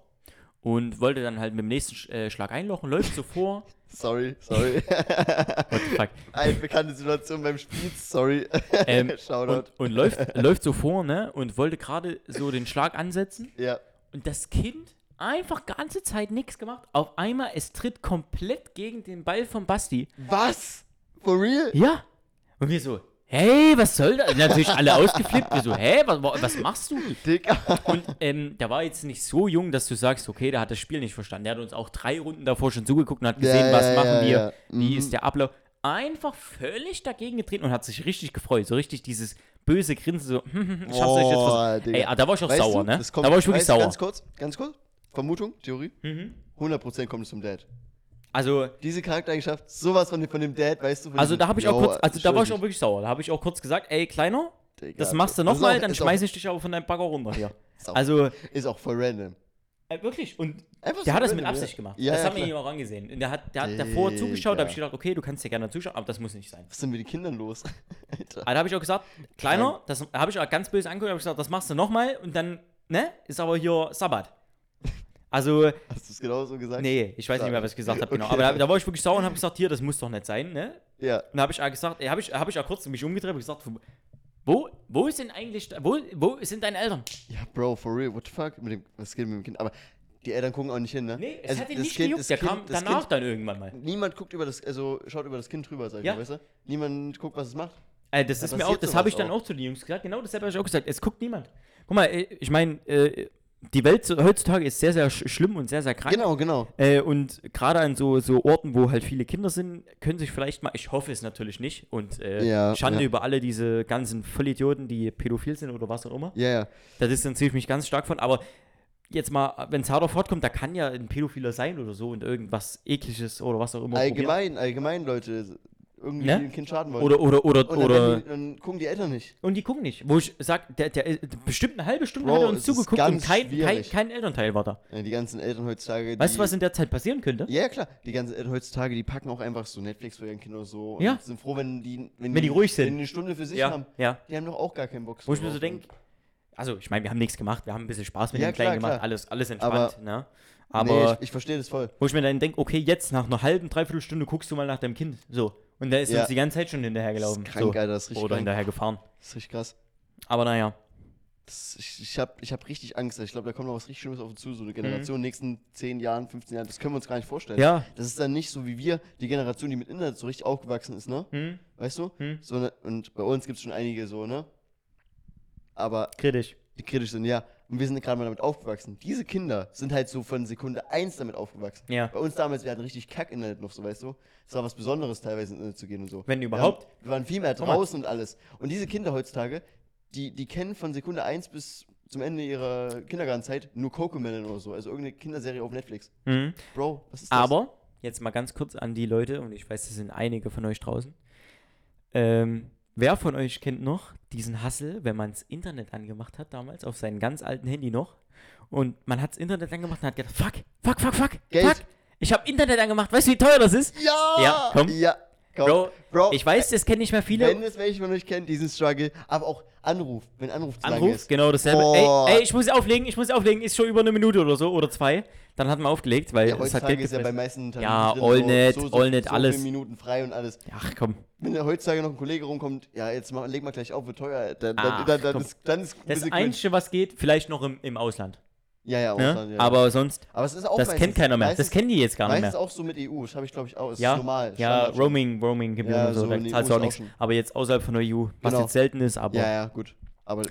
und wollte dann halt mit dem nächsten Sch- äh, Schlag einlochen, läuft so vor. Sorry, sorry. What the fuck? Altbekannte Situation beim Spiel, sorry. Ähm, Shoutout. und und läuft, läuft so vor, ne? Und wollte gerade so den Schlag ansetzen. ja. Und das Kind einfach ganze Zeit nichts gemacht. Auf einmal, es tritt komplett gegen den Ball von Basti. Was? For real? Ja. Und wir so, hey, was soll das? Natürlich alle ausgeflippt. Wir so, hä, was, wa- was machst du? Dicker. Und ähm, der war jetzt nicht so jung, dass du sagst, okay, der hat das Spiel nicht verstanden. Der hat uns auch drei Runden davor schon zugeguckt und hat gesehen, ja, was ja, machen ja, wir, ja. wie Mhm. ist der Ablauf. Einfach völlig dagegen getreten und hat sich richtig gefreut. So richtig dieses böse Grinsen, so, hm, hm, hm, ich hab's euch jetzt versucht. Boah, Digga. Ey, ah, da war ich auch Weißt sauer, du, ne? das kommt- da war ich wirklich weißt du, sauer. Mhm. Ganz kurz, ganz kurz. Vermutung, Theorie. 100% kommt es zum Dad. Also, Diese Charaktereigenschaft, sowas von dem, von dem Dad, weißt du? Von also diesem- da habe ich auch Yo, kurz, also da war ich auch schuldig. wirklich sauer. Da habe ich auch kurz gesagt, ey, Kleiner, Digga, das machst du das ist nochmal, auch- dann ist auch- schmeiß ich dich aber von deinem Bagger runter hier. Ist auch- Also, Ist auch voll random. äh, wirklich. Und Einfach Der so hat das random, mit ja. Absicht gemacht. Ja, das ja, haben wir klar. ihm auch angesehen. Und Der hat, der hat davor Digga. zugeschaut, da habe ich gedacht, okay, du kannst dir gerne zuschauen, aber das muss nicht sein. Was sind mit den Kindern los? Alter. Aber da habe ich auch gesagt, Kleiner, das habe ich auch ganz böse angeguckt, habe ich gesagt, das machst du nochmal und dann, ne, ist aber hier Sabbat. Also, Hast du es genauso gesagt? nee, ich weiß nicht mehr, was ich gesagt habe, genau. Okay. Aber da, da war ich wirklich sauer und habe gesagt, hier, das muss doch nicht sein, ne? Ja. Und da habe ich auch gesagt, habe ich, hab ich auch kurz mich umgedreht und gesagt, Wo, wo sind eigentlich, wo, wo sind deine Eltern? Ja, Bro, for real, what the fuck? Mit dem, was geht mit dem Kind? Aber die Eltern gucken auch nicht hin, ne? Nee, Es Also hat ihn das nicht Kind- gejuckt, das der Kind- kam das danach Kind- dann irgendwann mal. Niemand guckt über das, also schaut über das Kind drüber, sag ich Ja. mal, weißt du? Niemand guckt, was es macht. Äh, das ist mir passiert auch, das sowas habe ich dann auch. zu den Jungs gesagt. Genau das habe ich auch gesagt. Es guckt niemand. Guck mal, äh, ich meine, äh, die Welt so- heutzutage ist sehr, sehr sch schlimm und sehr, sehr krank. Genau, genau. Äh, und gerade an so, so Orten, wo halt viele Kinder sind, können sich vielleicht mal, ich hoffe es natürlich nicht, und äh, Ja, Schande ja. über alle diese ganzen Vollidioten, die pädophil sind oder was auch immer. Ja, ja. Da distanziere ich mich ganz stark von, aber jetzt mal, wenn es hart auf hart kommt, da kann ja ein Pädophiler sein oder so und irgendwas Ekliges oder was auch immer. probieren. Allgemein, allgemein, Leute, irgendwie Ne? dem Kind schaden wollen. Oder, oder, oder, und dann, oder. werden Die, dann gucken die Eltern nicht. Und die gucken nicht. Wo ich sag, der, der, bestimmt eine halbe Stunde Bro, hat er uns es ist zugeguckt und ganz kein, kein, schwierig. kein Elternteil war da. Ja, Die ganzen Eltern heutzutage. Weißt du, die, was in der Zeit passieren könnte? Ja, ja, klar. Die ganzen Eltern heutzutage, die packen auch einfach so Netflix für ihren Kinder so. Und Ja. sind froh, wenn die, wenn die ruhig sind. Wenn die eine Stunde für sich haben. ja. Die haben doch auch gar keinen Bock. Wo ich mir so drauf. denke, also ich meine, wir haben nichts gemacht, wir haben ein bisschen Spaß mit Ja, den Kleinen klar, gemacht, klar. alles, alles entspannt, aber, ne? nee, Aber ich, ich verstehe das voll. wo ich mir dann denke, okay, jetzt nach einer halben, dreiviertel Stunde guckst du mal nach deinem Kind. So. Und der ist Ja. uns die ganze Zeit schon hinterhergelaufen. Das ist krank, so. Alter, das ist richtig Oder krank. hinterher gefahren. Das ist richtig krass. Aber naja. Das, ich ich habe ich hab richtig Angst. Ich glaube, da kommt noch was richtig Schlimmes auf uns zu. So eine Generation in den nächsten 10 Jahren, 15 Jahren, das können wir uns gar nicht vorstellen. Ja. Das ist dann nicht so wie wir, die Generation, die mit Internet so richtig aufgewachsen ist, ne? Hm, Weißt du? Hm. So, ne- und bei uns gibt es schon einige so, ne? Aber kritisch. die kritisch sind, ja. Und wir sind gerade mal damit aufgewachsen. Diese Kinder sind halt so von Sekunde 1 damit aufgewachsen. Ja. Bei uns damals, wir hatten richtig Kack-Internet noch, so weißt du. Es war was Besonderes, teilweise ins Internet zu gehen und so. Wenn überhaupt. Wir, haben, wir waren viel mehr Guck mal. draußen und alles. Und diese Kinder heutzutage, die, die kennen von Sekunde 1 bis zum Ende ihrer Kindergartenzeit nur Cocomelon oder so. Also irgendeine Kinderserie auf Netflix. Hm. Bro, was ist das? Aber, jetzt mal ganz kurz an die Leute, und ich weiß, das sind einige von euch draußen. Ähm, wer von euch kennt noch diesen Hassel, wenn man das Internet angemacht hat damals, auf seinem ganz alten Handy noch? Und man hat das Internet angemacht und hat gedacht, fuck, fuck, fuck, fuck, Geld. fuck, ich habe Internet angemacht, weißt du, wie teuer das ist? Ja! Ja, komm. Ja, komm. Bro, Bro, ich weiß, das kennen nicht mehr viele. Wenn es welche von euch kennt, diesen Struggle. Aber auch Anruf, wenn Anruf zu lang Anruf, ist. genau dasselbe. Boah. Ey, ey, ich muss auflegen, ich muss auflegen, ist schon über eine Minute oder so, oder zwei. Dann hat man aufgelegt, weil Ja, es hat heutzutage Geld ist ja bei gefressen. meisten Tarifen Ja, drin, Allnet, so, so, Allnet, so alles. Viele Minuten frei und alles. Ach komm, Wenn da heutzutage noch ein Kollege rumkommt, ja, jetzt mach, leg mal gleich auf, wird teuer. Dann, dann, Ach, dann, dann komm. ist dann ist ein das bisschen cringe. Einzige, was geht, vielleicht noch im, im Ausland. Ja, ja, Ne? Ausland, ja. Aber sonst, aber es ist auch das meistens- kennt keiner mehr. Das meistens- kennen die jetzt gar nicht Meistens mehr. auch so mit EU, das habe ich glaube ich auch. Es Ja, ist normal. ja, Standard schon. Roaming, Roaming-Gebühren Ja, und so, so in da den zahlst du USA auch auch nichts. schon. Aber jetzt außerhalb von der EU, was Genau. jetzt selten ist, aber. Ja, ja, gut. Aber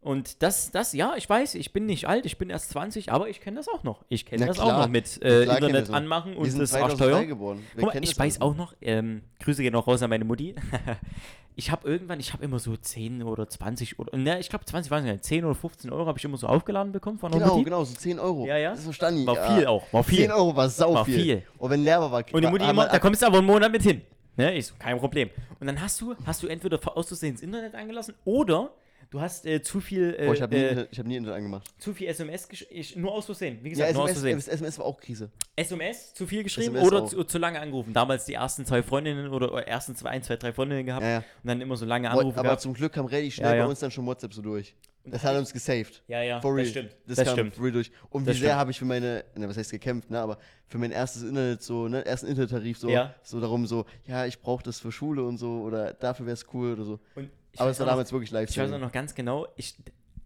Und das, das, ja, ich weiß, ich bin nicht alt, ich bin erst 20, aber ich kenne das auch noch. Ich kenne Na das auch klar, noch mit na äh, klar kenn Internet ich das. anmachen wir und sind das Arschteuer. 2003 geboren. Wir Guck mal, kennen ich das alles. weiß auch noch, ähm, Grüße gehen auch raus an meine Mutti. ich habe irgendwann, ich habe immer so 10 oder 20 oder, ne, ich glaube 20, weiß ich nicht, 10 oder 15 Euro habe ich immer so aufgeladen bekommen von meiner Genau, Mutti. genau, so 10 Euro. Ja, ja. Das ist so Stani. War ja. viel auch, war viel. 10 Euro war sau War viel. viel. Und wenn Lehrer war, Und die Mutti war, immer, war- da kommst du aber einen Monat mit hin. Ne? Ich so, kein Problem. Und dann hast du, hast du entweder aus Versehen ins Internet angelassen oder du hast äh, zu viel, äh, Boah, Oh, ich habe nie, äh, Internet- ich hab nie Internet angemacht. zu viel SMS geschrieben. Nur aus Versehen. Wie Ja, gesagt, nur aus SMS, Versehen. SMS war auch Krise. SMS zu viel geschrieben SMS oder auch. zu, zu lange angerufen. Damals die ersten zwei Freundinnen oder oder ersten zwei, ein, zwei, drei Freundinnen gehabt Ja, ja. und dann immer so lange Wo- Anrufe Aber gehabt. zum Glück kam relativ schnell Ja, ja. bei uns dann schon WhatsApp so durch. Das hat uns gesaved. Ja, ja, For real. das stimmt. Das, Das, kam stimmt. for real durch. Und Das wie sehr stimmt. habe ich für meine, na, was heißt gekämpft, ne, aber für mein erstes Internet so, ne, ersten Internettarif so, Ja. so darum so, ja, ich brauche das für Schule und so oder dafür wäre es cool oder so. Und ich aber es weiß war auch noch- damals wirklich live Ich weiß auch noch ganz genau, ich,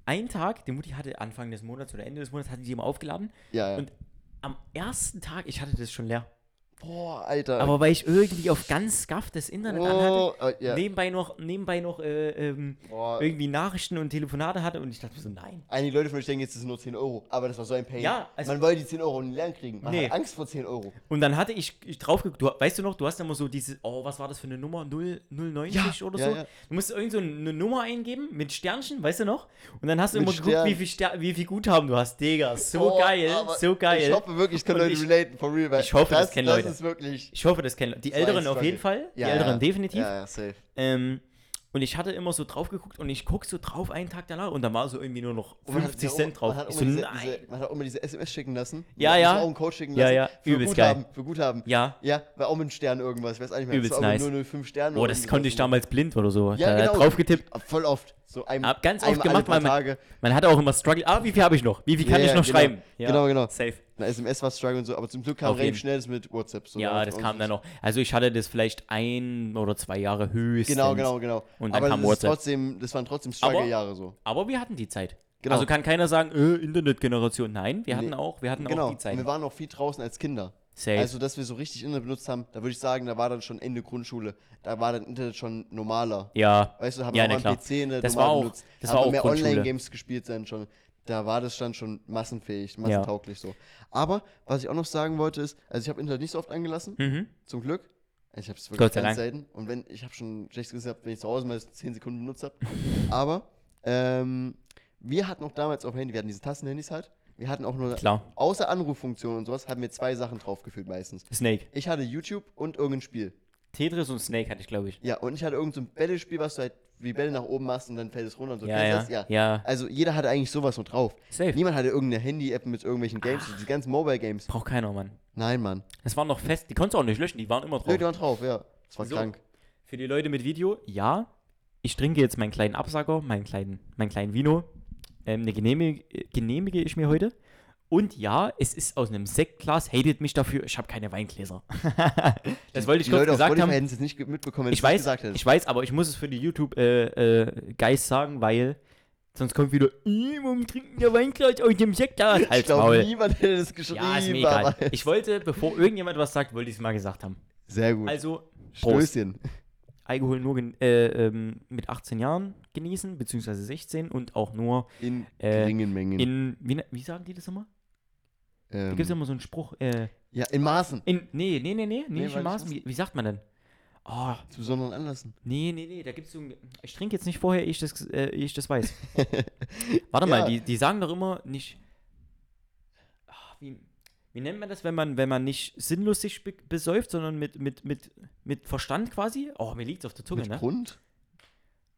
einen Tag, die Mutti hatte Anfang des Monats oder Ende des Monats, hatte die immer aufgeladen Ja, ja. und am ersten Tag, ich hatte das schon leer. Boah, Alter. Aber weil ich irgendwie auf ganz scaff das Internet anhatte, oh, äh, ja. nebenbei noch, nebenbei noch äh, ähm, Boah. irgendwie Nachrichten und Telefonate hatte und ich dachte so, nein. Einige Leute von euch denken jetzt, das sind nur 10 Euro, aber das war so ein Pain. Ja, also- Man wollte die 10 Euro nicht lernen kriegen. Man Nee. hat Angst vor 10 Euro. Und dann hatte ich, ich drauf, ge- du, weißt du noch, du hast immer so diese, oh, was war das für eine Nummer? 0, 090 Ja, oder ja, so? ja. Du musst irgend so eine Nummer eingeben mit Sternchen, weißt du noch? Und dann hast du Mit immer geguckt, Stern. wie viel, Ster wie viel Guthaben du hast. Digga, so Boah, geil, Oh, aber so geil. Ich hoffe wirklich, es können Und Leute ich- relaten, for real. Weil ich hoffe, das kennen Leute. Das ist wirklich. Ich hoffe, das kennen Leute. Die war Älteren ein auf jeden Struggle. Fall. Ja, die ja, Älteren ja. definitiv. Ja, ja, safe. Ähm, und ich hatte immer so drauf geguckt und ich guck so drauf einen Tag danach und da war so irgendwie nur noch Und man hat 50 ja auch- Cent drauf. Man hat, Ich auch so, immer diese, nein. diese, man hat auch immer diese SMS schicken lassen. Ja, Man hat ja. sich Auch einen Code schicken Ja, lassen. ja. Für Übelst Guthaben, Für Guthaben. Ja. Ja, bei auch mit Stern irgendwas. Ich weiß auch nicht mehr. Übelst das war nice. aber nur 05 Sterne. Oh, oder das irgendwie konnte sowas. ich damals blind oder so. Genau, Ja, da genau. drauf getippt. Voll oft. So ein, Hab ganz oft einmal alle gemacht, paar weil man, Tage. man hatte auch immer Struggle. Ah, wie viel habe ich noch? Wie viel kann Ja, ich ja, noch genau. schreiben? Genau, genau. Safe. Na, SMS war Struggle und so, aber zum Glück kam Auf jeden- relativ schnell das mit WhatsApp. So ja, hat das uns- kam dann noch. Also ich hatte das vielleicht ein oder zwei Jahre höchstens. Genau, genau, genau. Und dann aber kam das, ist WhatsApp. trotzdem, das waren trotzdem Aber- Struggle-Jahre so. Aber wir hatten die Zeit. Genau. Also kann keiner sagen, äh, Internetgeneration. Nein, wir hatten Nee. auch, wir hatten Genau. auch die Zeit. Und wir waren auch viel draußen als Kinder. Safe. Also, dass wir so richtig Internet benutzt haben, da würde ich sagen, da war dann schon Ende Grundschule. Da war dann Internet schon normaler. ja. Weißt du, haben Ja, wir na auch mal einen klar. PC in der Das normal war auch- benutzt. das haben war wir auch mehr Grundschule. Online-Games gespielt dann schon. Da war das dann schon massenfähig, massentauglich so. Aber was ich auch noch sagen wollte ist, also ich habe Internet nicht so oft angelassen, Mhm. zum Glück. Also Ich habe es wirklich Gott sei ganz Dank. selten. Und wenn, ich habe schon schlechtes Gewissen gehabt, wenn ich zu Hause mal 10 Sekunden benutzt habe. Aber ähm, wir hatten auch damals auf dem Handy, wir hatten diese Tastenhandys halt. Wir hatten auch nur, Klar. außer Anruffunktion und sowas, hatten wir zwei Sachen draufgefühlt meistens. Snake. Ich hatte YouTube und irgendein Spiel. Tetris und Snake hatte ich, glaube ich. Ja, und ich hatte irgend so ein Bällespiel, was du halt wie Bälle nach oben machst und dann fällt es runter und so. Ja, Kennst ja, du das? ja. Also jeder hatte eigentlich sowas noch drauf. Safe. Ah. Niemand hatte irgendeine Handy-App mit irgendwelchen Games, die ganzen Mobile-Games. Braucht keiner, Mann. Nein, Mann. Das waren noch fest, die konntest du auch nicht löschen, die waren immer drauf. Leute waren drauf, ja. Das war So. krank. Für die Leute mit Video, ja, ich trinke jetzt meinen kleinen Absacker, meinen kleinen, meinen kleinen Vino. Ähm, eine genehmige, genehmige ich mir heute. Und ja, es ist aus einem Sektglas, hatet mich dafür, ich habe keine Weingläser. das wollte ich Die kurz Leute auf gesagt Spotify haben. hätten es jetzt nicht ge- mitbekommen, wenn Ich du es weiß, gesagt hättest. ich weiß, aber ich muss es für die YouTube-Geist äh, Guys sagen, weil sonst kommt wieder, "Ih, warum trinken der Weinglas aus dem Sektglas? Ich Halt's glaube, Maul. niemand hätte das geschrieben. Ja, ist mir egal. Ich wollte, bevor irgendjemand was sagt, wollte ich es mal gesagt haben. Sehr gut. Also, Prost. Stößchen. Alkohol nur gen- äh, ähm, mit 18 Jahren genießen, beziehungsweise 16 und auch nur In Äh, geringen Mengen. in, wie, ne- wie sagen die das immer? Da ähm, gibt es immer so einen Spruch, äh, ja, in Maßen. in, nee, nee, nee, nee, nee, nicht warte, in Maßen, was? wie, wie sagt man denn? Oh, Zu besonderen Anlässen. nee, nee, nee, da gibt es so ein, ich trinke jetzt nicht vorher, ehe ich das, äh, ehe ich das weiß. Warte Ja. mal, die, die sagen doch immer nicht, Ah, wie, wie nennt man das, wenn man, wenn man nicht sinnlos sich be besäuft, sondern mit, mit, mit, mit Verstand quasi? Oh, mir liegt's auf der Zunge, Mit ne? Grund?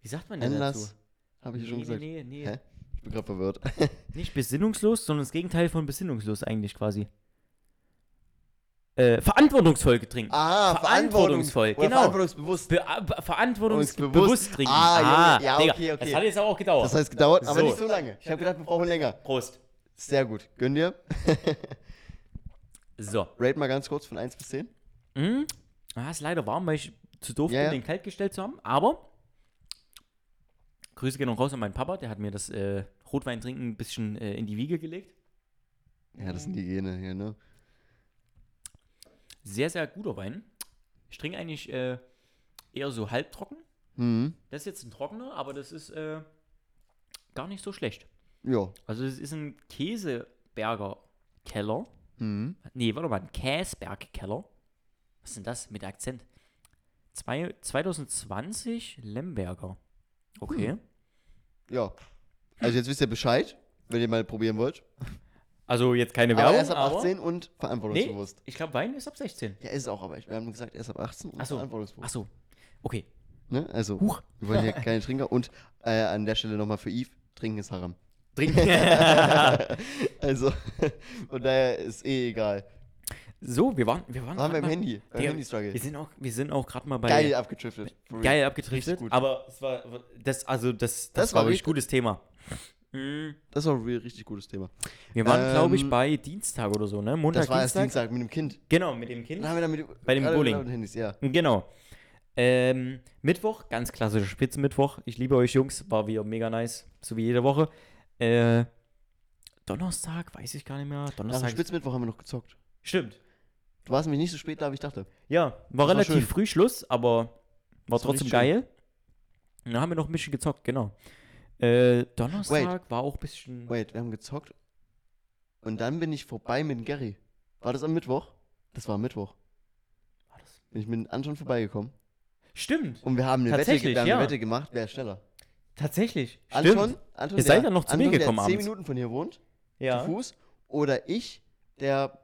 Wie sagt man denn dazu? Anlass? Habe ich ja nee, schon gesagt. Nee, nee, nee. Hä? Ich bin gerade verwirrt. Nicht besinnungslos, sondern das Gegenteil von besinnungslos eigentlich quasi. Äh, verantwortungsvoll getrinken. Ah, Verantwortungsvoll, oder genau. Verantwortungsbewusst. Be be verantwortungsbewusst Bewusst. trinken. Ah, ja, ja, Digga, okay, okay. Das hat jetzt aber auch gedauert. Das hat jetzt gedauert, aber So. nicht so lange. Ich habe gedacht, wir brauchen länger. Prost. Sehr gut. Gönn dir. So. Rate mal ganz kurz von 1 bis 10. Hm? Ah, ist leider warm, weil ich zu doof Ja, bin, ja. den kalt gestellt zu haben. Aber Grüße gehen noch raus an meinen Papa. Der hat mir das äh, Rotwein trinken ein bisschen äh, in die Wiege gelegt. Ja, das sind die Gene hier, ne? Sehr, sehr guter Wein. Ich trinke eigentlich äh, eher so halbtrocken. Mhm. Das ist jetzt ein trockener, aber das ist äh, gar nicht so schlecht. Ja. Also es ist ein Käseberger Keller. Mhm. Nee, warte mal, ein Käsberg Keller. Was ist denn das mit Akzent? Zwei, 2020 Lemberger. Okay. Hm. Ja. Also jetzt wisst ihr Bescheid, wenn ihr mal probieren wollt. Also jetzt keine Aber erst ab Hm, 18 und verantwortungsbewusst. Nee, ich glaube Wein ist ab 16. Ja, ist auch, aber ich- wir haben gesagt, erst ab 18 und Ach so. Ach verantwortungsbewusst. so. Okay. Ne? Also, Huch. wir wollen ja keine Trinker. Und äh, an der Stelle nochmal für Yves, trinken ist Haram. Trinken. also, von daher ist eh egal. so, wir waren wir waren, Waren wir grad im mal- Handy, beim Digga, Handy-Struggle. Wir sind auch wir sind auch gerade mal bei Geil abgetriftet. For real. geil abgetrichtet, Richtig gut. aber es war das also das das, Das war war wirklich richtig- gutes Thema. Wir Das war ein real richtig gutes Thema. waren glaube ich Ähm, bei Dienstag oder so, ne? Montag das war erst Dienstag. Dienstag mit dem Kind. Genau, mit dem Kind. Dann haben wir dann mit Bei dem gerade Bowling. mit den Handys, ja. Genau. Ähm, Mittwoch, ganz klassischer Spitzenmittwoch. Ich liebe euch Jungs, war wieder mega nice, so wie jede Woche. Äh, Donnerstag, weiß ich gar nicht mehr. Nach dem Donnerstag. Spitzmittwoch haben wir noch gezockt. Stimmt. Du warst nämlich nicht so spät da, wie ich dachte. Ja, war war relativ schön. früh Schluss, aber war Das war trotzdem richtig schön. geil. Und Dann haben wir noch ein bisschen gezockt, genau. Äh, Donnerstag war auch ein bisschen. Wait, wir haben gezockt. Und dann bin ich vorbei mit Gary. War das am Mittwoch? Das war am Mittwoch. War das- Bin ich mit Anton vorbeigekommen. Stimmt, Und wir haben eine, Wette, Tatsächlich, wir haben ja. eine Wette gemacht, wer ist schneller. tatsächlich. Anton, Stimmt. Anton der- Ihr seid ja noch zu mir Anton, der gekommen 10 abends. Minuten von hier wohnt, Ja. zu Fuß. Oder ich, der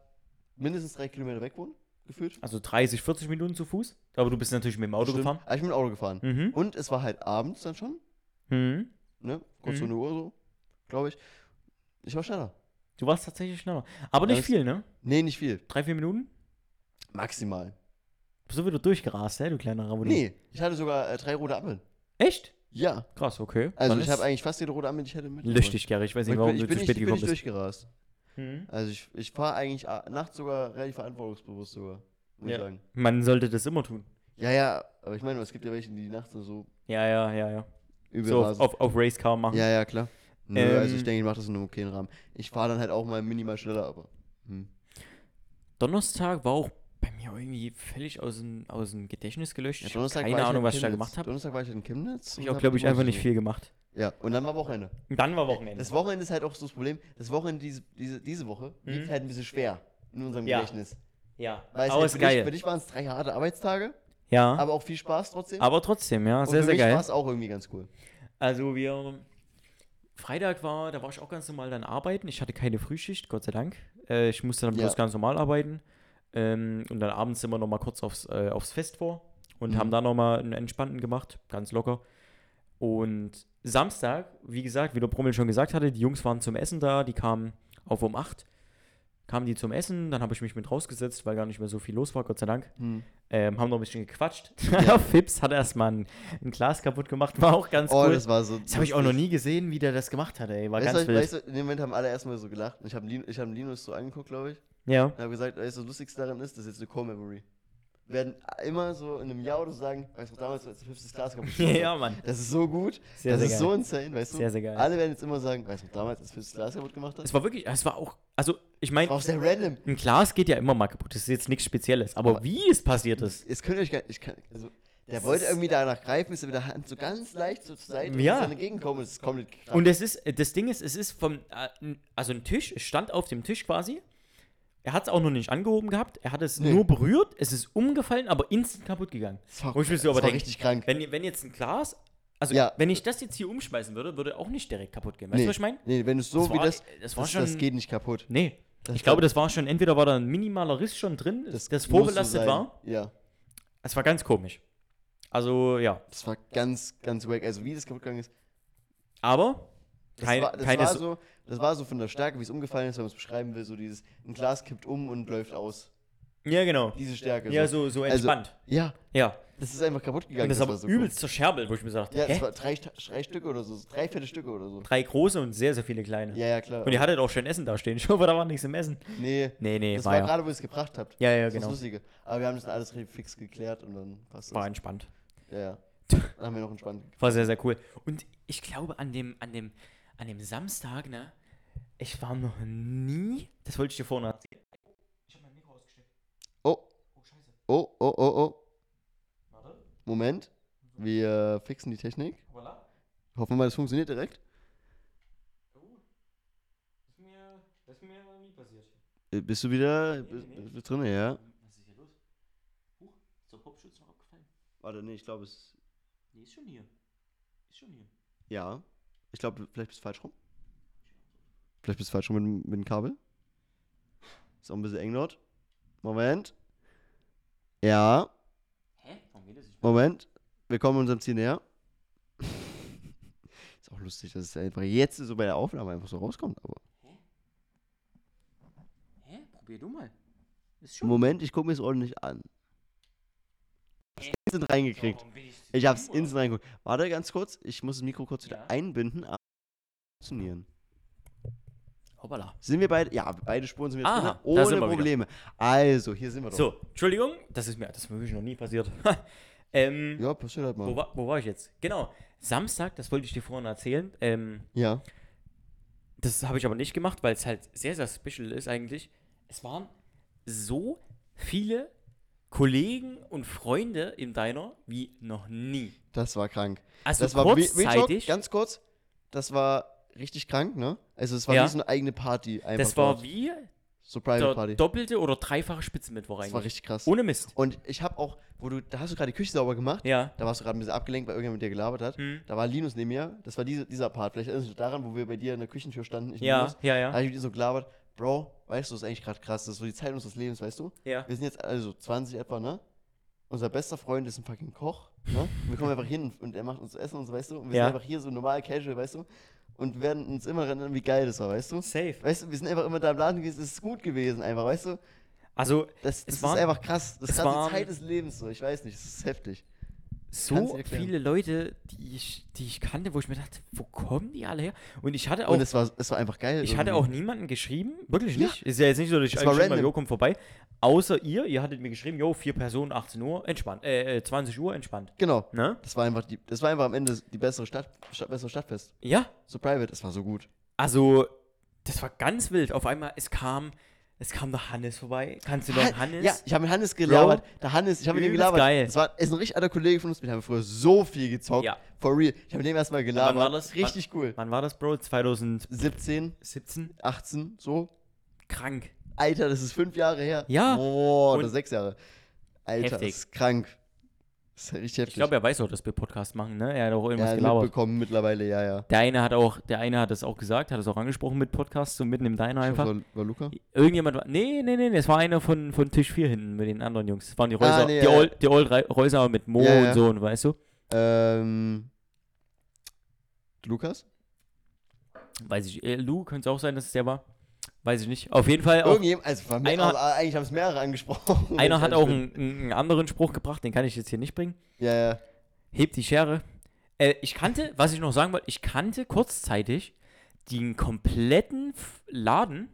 mindestens drei Kilometer weg wohnt, gefühlt. Also 30, 40 Minuten zu Fuß. Aber du bist natürlich mit dem Auto Stimmt. gefahren. Ah, ich bin mit dem Auto gefahren. Mhm. Und es war halt abends dann schon, Mhm. ne? Kurz Mhm. so eine Uhr so, glaube ich. Ich war schneller. Du warst tatsächlich schneller. Aber Ja, nicht das- viel, ne? Nee, nicht viel. Drei, vier Minuten? Maximal. Bist du wieder durchgerast, hä, du kleiner Rabudi? Nee, ich hatte sogar äh, drei rote Ampeln. Echt? Ja. Krass, okay. Also Dann ich ist- habe eigentlich fast jede rote Ampel, die ich hätte mit. Lösch dich, Gary. Ich weiß Ich nicht, bin, warum ich du bin zu nicht, spät bin gekommen nicht bist. durchgerast. Mhm. Also ich, ich fahre eigentlich a- nachts sogar relativ verantwortungsbewusst sogar. Muss Ja. ich sagen. Man sollte das immer tun. Ja, ja, aber ich meine, es gibt ja welche, die nachts so Ja, ja, ja, ja. übel So auf, rasen. auf, auf Racecar machen. ja, ja, klar. Nö, also ich Ähm. denke, ich mache das in einem okayen Rahmen. Ich fahre dann halt auch mal minimal schneller, aber. Hm. Donnerstag war auch bei mir irgendwie völlig aus dem, aus dem Gedächtnis gelöscht. Ja, ich habe Donnerstag keine war Ahnung, halt was ich da Chemnitz. gemacht habe. Donnerstag war ich in Chemnitz. Ich und auch, hab glaube ich, Geburtstag einfach nicht gefeiert. viel gemacht. Ja, und dann war Wochenende. Und dann war Wochenende. Das Wochenende ist halt auch so das Problem. Das Wochenende diese, diese, diese Woche Hm? liegt halt ein bisschen schwer in unserem Ja. Gedächtnis. Ja. Weil es Aber halt ist für geil. Dich, für dich waren es drei harte Arbeitstage, ja, aber, aber auch viel Spaß trotzdem. trotzdem, ja, und sehr, für sehr mich war geil. es auch irgendwie ganz cool. Also wir, Freitag war, da war ich auch ganz normal dann arbeiten. Ich hatte keine Frühschicht, Gott sei Dank. Äh, ich musste dann Ja. bloß ganz normal arbeiten. Ähm, und dann abends sind wir nochmal kurz aufs, äh, aufs Fest vor und Mhm. haben da nochmal einen entspannten gemacht, ganz locker. Und Samstag, wie gesagt, wie der Brummel schon gesagt hatte, die Jungs waren zum Essen da, die kamen auf um 8, kamen die zum Essen, dann habe ich mich mit rausgesetzt, weil gar nicht mehr so viel los war, Gott sei Dank. Hm. Ähm, haben noch ein bisschen gequatscht. Ja. Fips hat erstmal ein, ein Glas kaputt gemacht, war auch ganz Oh, cool. das war so. Das habe ich auch noch nie gesehen, wie der das gemacht hat, ey. War Weißt ganz du, wild. weißt du, in dem Moment haben alle erstmal so gelacht. Und ich habe Lin ich hab Linus so angeguckt, glaube ich. ja. Und habe gesagt, weißt du, das Lustigste daran ist, das ist jetzt eine Core-Memory. Wir werden immer so in einem Jahr oder so sagen, weißt du, damals als du fünftes Glas kaputt gemacht ja, hast. Mann. Das ist so gut. Sehr, das sehr ist geil. so insane, weißt du? Sehr, sehr geil. Alle werden jetzt immer sagen, weißt du, damals als du fünftes Glas kaputt gemacht hast. Es war wirklich, es war auch, also ich meine, War auch sehr random. ein Glas geht ja immer mal kaputt. Das ist jetzt nichts Spezielles. Aber, wie es passiert ist. Es könnt ihr euch gar ich kann, also, der Das wollte ist- irgendwie danach greifen, ist mit der Hand so ganz leicht so zur Seite Ja. und ist dann entgegengekommen und es ist komplett gekracht. Und es ist, das Ding ist, es ist vom, äh, n- also ein Tisch, es stand auf dem Tisch quasi. Er hat es auch noch nicht angehoben gehabt. Er hat es Nee. nur berührt. Es ist umgefallen, aber instant kaputt gegangen. Das war, Wo ich mir so das war überdenke, richtig krank. Wenn, wenn jetzt ein Glas, also Ja. wenn ich das jetzt hier umschmeißen würde, würde auch nicht direkt kaputt gehen. Weißt du, was ich meine? nee, wenn du so Das wie war- das, das das, war das, schon- geht nicht kaputt. Nee. Das ich glaube, das war schon, entweder war da ein minimaler Riss schon drin, das, das muss so vorbelastet sein. war. Ja, Es war ganz komisch. Also ja, das war ganz, ganz wack. Also wie das kaputt gegangen ist, aber das, kein, war, das, keine war so so, das war so von der Stärke, wie es umgefallen ist, wenn man es beschreiben will, so dieses, ein Glas kippt um und läuft aus. Ja, genau. Diese Stärke. Ja, so, so entspannt. ja, ja. Also, das ist einfach kaputt gegangen. Und das ist aber war so übelst zerscherbelt, wo ich mir so dachte, Cool. Ja, hä? das war drei, drei Stücke oder so, drei fette Stücke oder so. Drei große und sehr, sehr viele kleine. Ja, ja, klar. Und ihr hattet auch schön Essen da stehen. Ich hoffe, da war nichts im Essen. nee, Nee, nee, das war war ja. gerade, wo ihr es gebracht habt. Ja, ja, Das ist genau. Das Lustige. Aber wir haben das dann alles richtig fix geklärt und dann passt das. War entspannt. Ja, ja. Dann haben wir noch einen Spann. War sehr, sehr cool. Und ich glaube, an dem, an dem, an dem Samstag, ne, ich war noch nie, das wollte ich dir vorhin erzählen. Ich habe mein Mikro ausgesteckt. Oh, Oh, scheiße. oh, oh, oh, oh. Warte. Moment. Wir fixen die Technik. Voilà. Hoffen wir mal, das funktioniert direkt. Oh. Das ist mir, das ist mir noch nie passiert. Äh, Bist du wieder Nee, nee, nee. äh, drin, ja? Was ist hier los? Huch, ist der Popschutz noch abgefallen? Warte, nee, ich glaube, es. Nee, ist schon hier. Ist schon hier. Ja. Ich glaube, vielleicht bist du falsch rum. Vielleicht bist du falsch rum mit, dem- mit dem Kabel. Ist auch ein bisschen eng dort. Moment. Ja, Hä? Warum geht das nicht? Moment. Wir kommen unserem Ziel näher. ist auch lustig, dass es einfach jetzt so bei der Aufnahme einfach so rauskommt. Aber Hä? Probier du mal. Ist schon. Moment, ich gucke mir es ordentlich an. Hab's Instant reingekriegt. Warum bin ich zu Ich hab's dumm, oder? instant reingeguckt. Warte ganz kurz, ich muss das Mikro kurz wieder Ja. einbinden. aber Funktionieren. Hoppala. Sind wir beide? Ja, beide Spuren sind jetzt Aha, drin, da ohne sind wir wieder. Probleme. Also, hier sind wir doch. So, Entschuldigung, das ist mir, das ist mir wirklich noch nie passiert. ähm, Ja, passiert halt wo, mal. war, wo war ich jetzt? Genau. Samstag, das wollte ich dir vorhin erzählen. Ähm, Ja. Das habe ich aber nicht gemacht, weil es halt sehr, sehr special ist eigentlich. Es waren so viele Kollegen und Freunde im Diner wie noch nie. Das war krank. Also Das war Real- Real Talk, kurzzeitig, ganz kurz. Das war richtig krank, ne? Also es war Ja. wie so eine eigene Party einfach. das war dort. wie so Private der Party. doppelte oder dreifache Spitzenmittwoch Das war eigentlich. richtig krass. Ohne Mist. Und ich habe auch, wo du, da hast du gerade die Küche sauber gemacht. Ja. Da warst du gerade ein bisschen abgelenkt, weil irgendjemand mit dir gelabert hat. Hm. Da war Linus neben mir. Das war diese, dieser Part. Vielleicht erinnerst du dich daran, wo wir bei dir in der Küchentür standen. Ich und Ja, Linus. ja, Da hab ja. ich mit dir so gelabert. Bro, weißt du, das ist eigentlich gerade krass. Das ist so die Zeit unseres Lebens, weißt du? Ja. Wir sind jetzt also 20 etwa, ne? Unser bester Freund ist ein fucking Koch, ne? Und wir kommen einfach hin und, und er macht uns zu essen und so, weißt du? Und wir Ja. sind einfach hier so normal casual, weißt du? Und wir werden uns immer erinnern, wie geil das war, weißt du? Safe. Weißt du, wir sind einfach immer da im Laden gewesen, es ist gut gewesen einfach, weißt du? Also Das, das waren- ist einfach krass. Das es ist gerade waren- die Zeit des Lebens so, ich weiß nicht, es ist heftig. Kann's dir so erklären. viele Leute, die ich, die ich kannte, wo ich mir dachte, wo kommen die alle her? Und ich hatte auch, Und es war, es war einfach geil. ich hatte auch irgendwie. niemanden geschrieben, wirklich Ja. nicht. Ist ja jetzt nicht so, dass ich Es war eingeschrieben habe, random. jo, komm vorbei. Außer ihr, ihr hattet mir geschrieben, jo, vier Personen, 18 Uhr, entspannt. Äh, äh, 20 Uhr, entspannt. Genau. Ne? Das war einfach, die, das war einfach am Ende die bessere Stadt, Stadt bessere Stadtfest. Ja, So private, das war so gut. also, das war ganz wild. Auf einmal, es kam, es kam der Hannes vorbei. Kannst du noch Han- Hannes? Ja, ich habe mit Hannes gelabert. Der Hannes, ich habe mit ihm Übelst gelabert. geil. Das war, ist ein richtig alter Kollege von uns. Wir haben früher so viel gezockt. Ja. For real. Ich habe mit dem erstmal gelabert. war das? Richtig cool. Wann war das, Bro? 2017? 17, 18, so. Krank. Alter, das ist fünf Jahre her. Ja. Boah, oder Und- sechs Jahre. Alter, Heftig. das ist krank. Das ist ja richtig heftig. Ich glaube, er weiß auch, dass wir Podcast machen, ne? Er hat auch irgendwas ja, gelabert. mitbekommen mittlerweile, ja, ja. Der eine hat auch, der eine hat das auch gesagt, hat es auch angesprochen mit Podcasts, so mitten im Diner Ich einfach. glaub, war, war Luca? Irgendjemand war. Nee, nee, nee, nee, es war einer von, von Tisch 4 hinten mit den anderen Jungs. Das waren die Reuser, Ah, nee, die, ja, Ol- die Old Rei- Reuser mit Mo Ja, ja. und so und weißt du? Ähm, Lukas? Weiß ich, äh, Lou könnte es auch sein, dass es der war. Weiß ich nicht. Auf jeden Fall auch. Irgendjemand, also von mir, Einer- aber eigentlich haben es mehrere angesprochen. wenn Einer ich hat ehrlich auch bin. einen, einen anderen Spruch gebracht, den kann ich jetzt hier nicht bringen. Ja, ja. Heb die Schere. Äh, ich kannte, was ich noch sagen wollte, ich kannte kurzzeitig den kompletten F- Laden,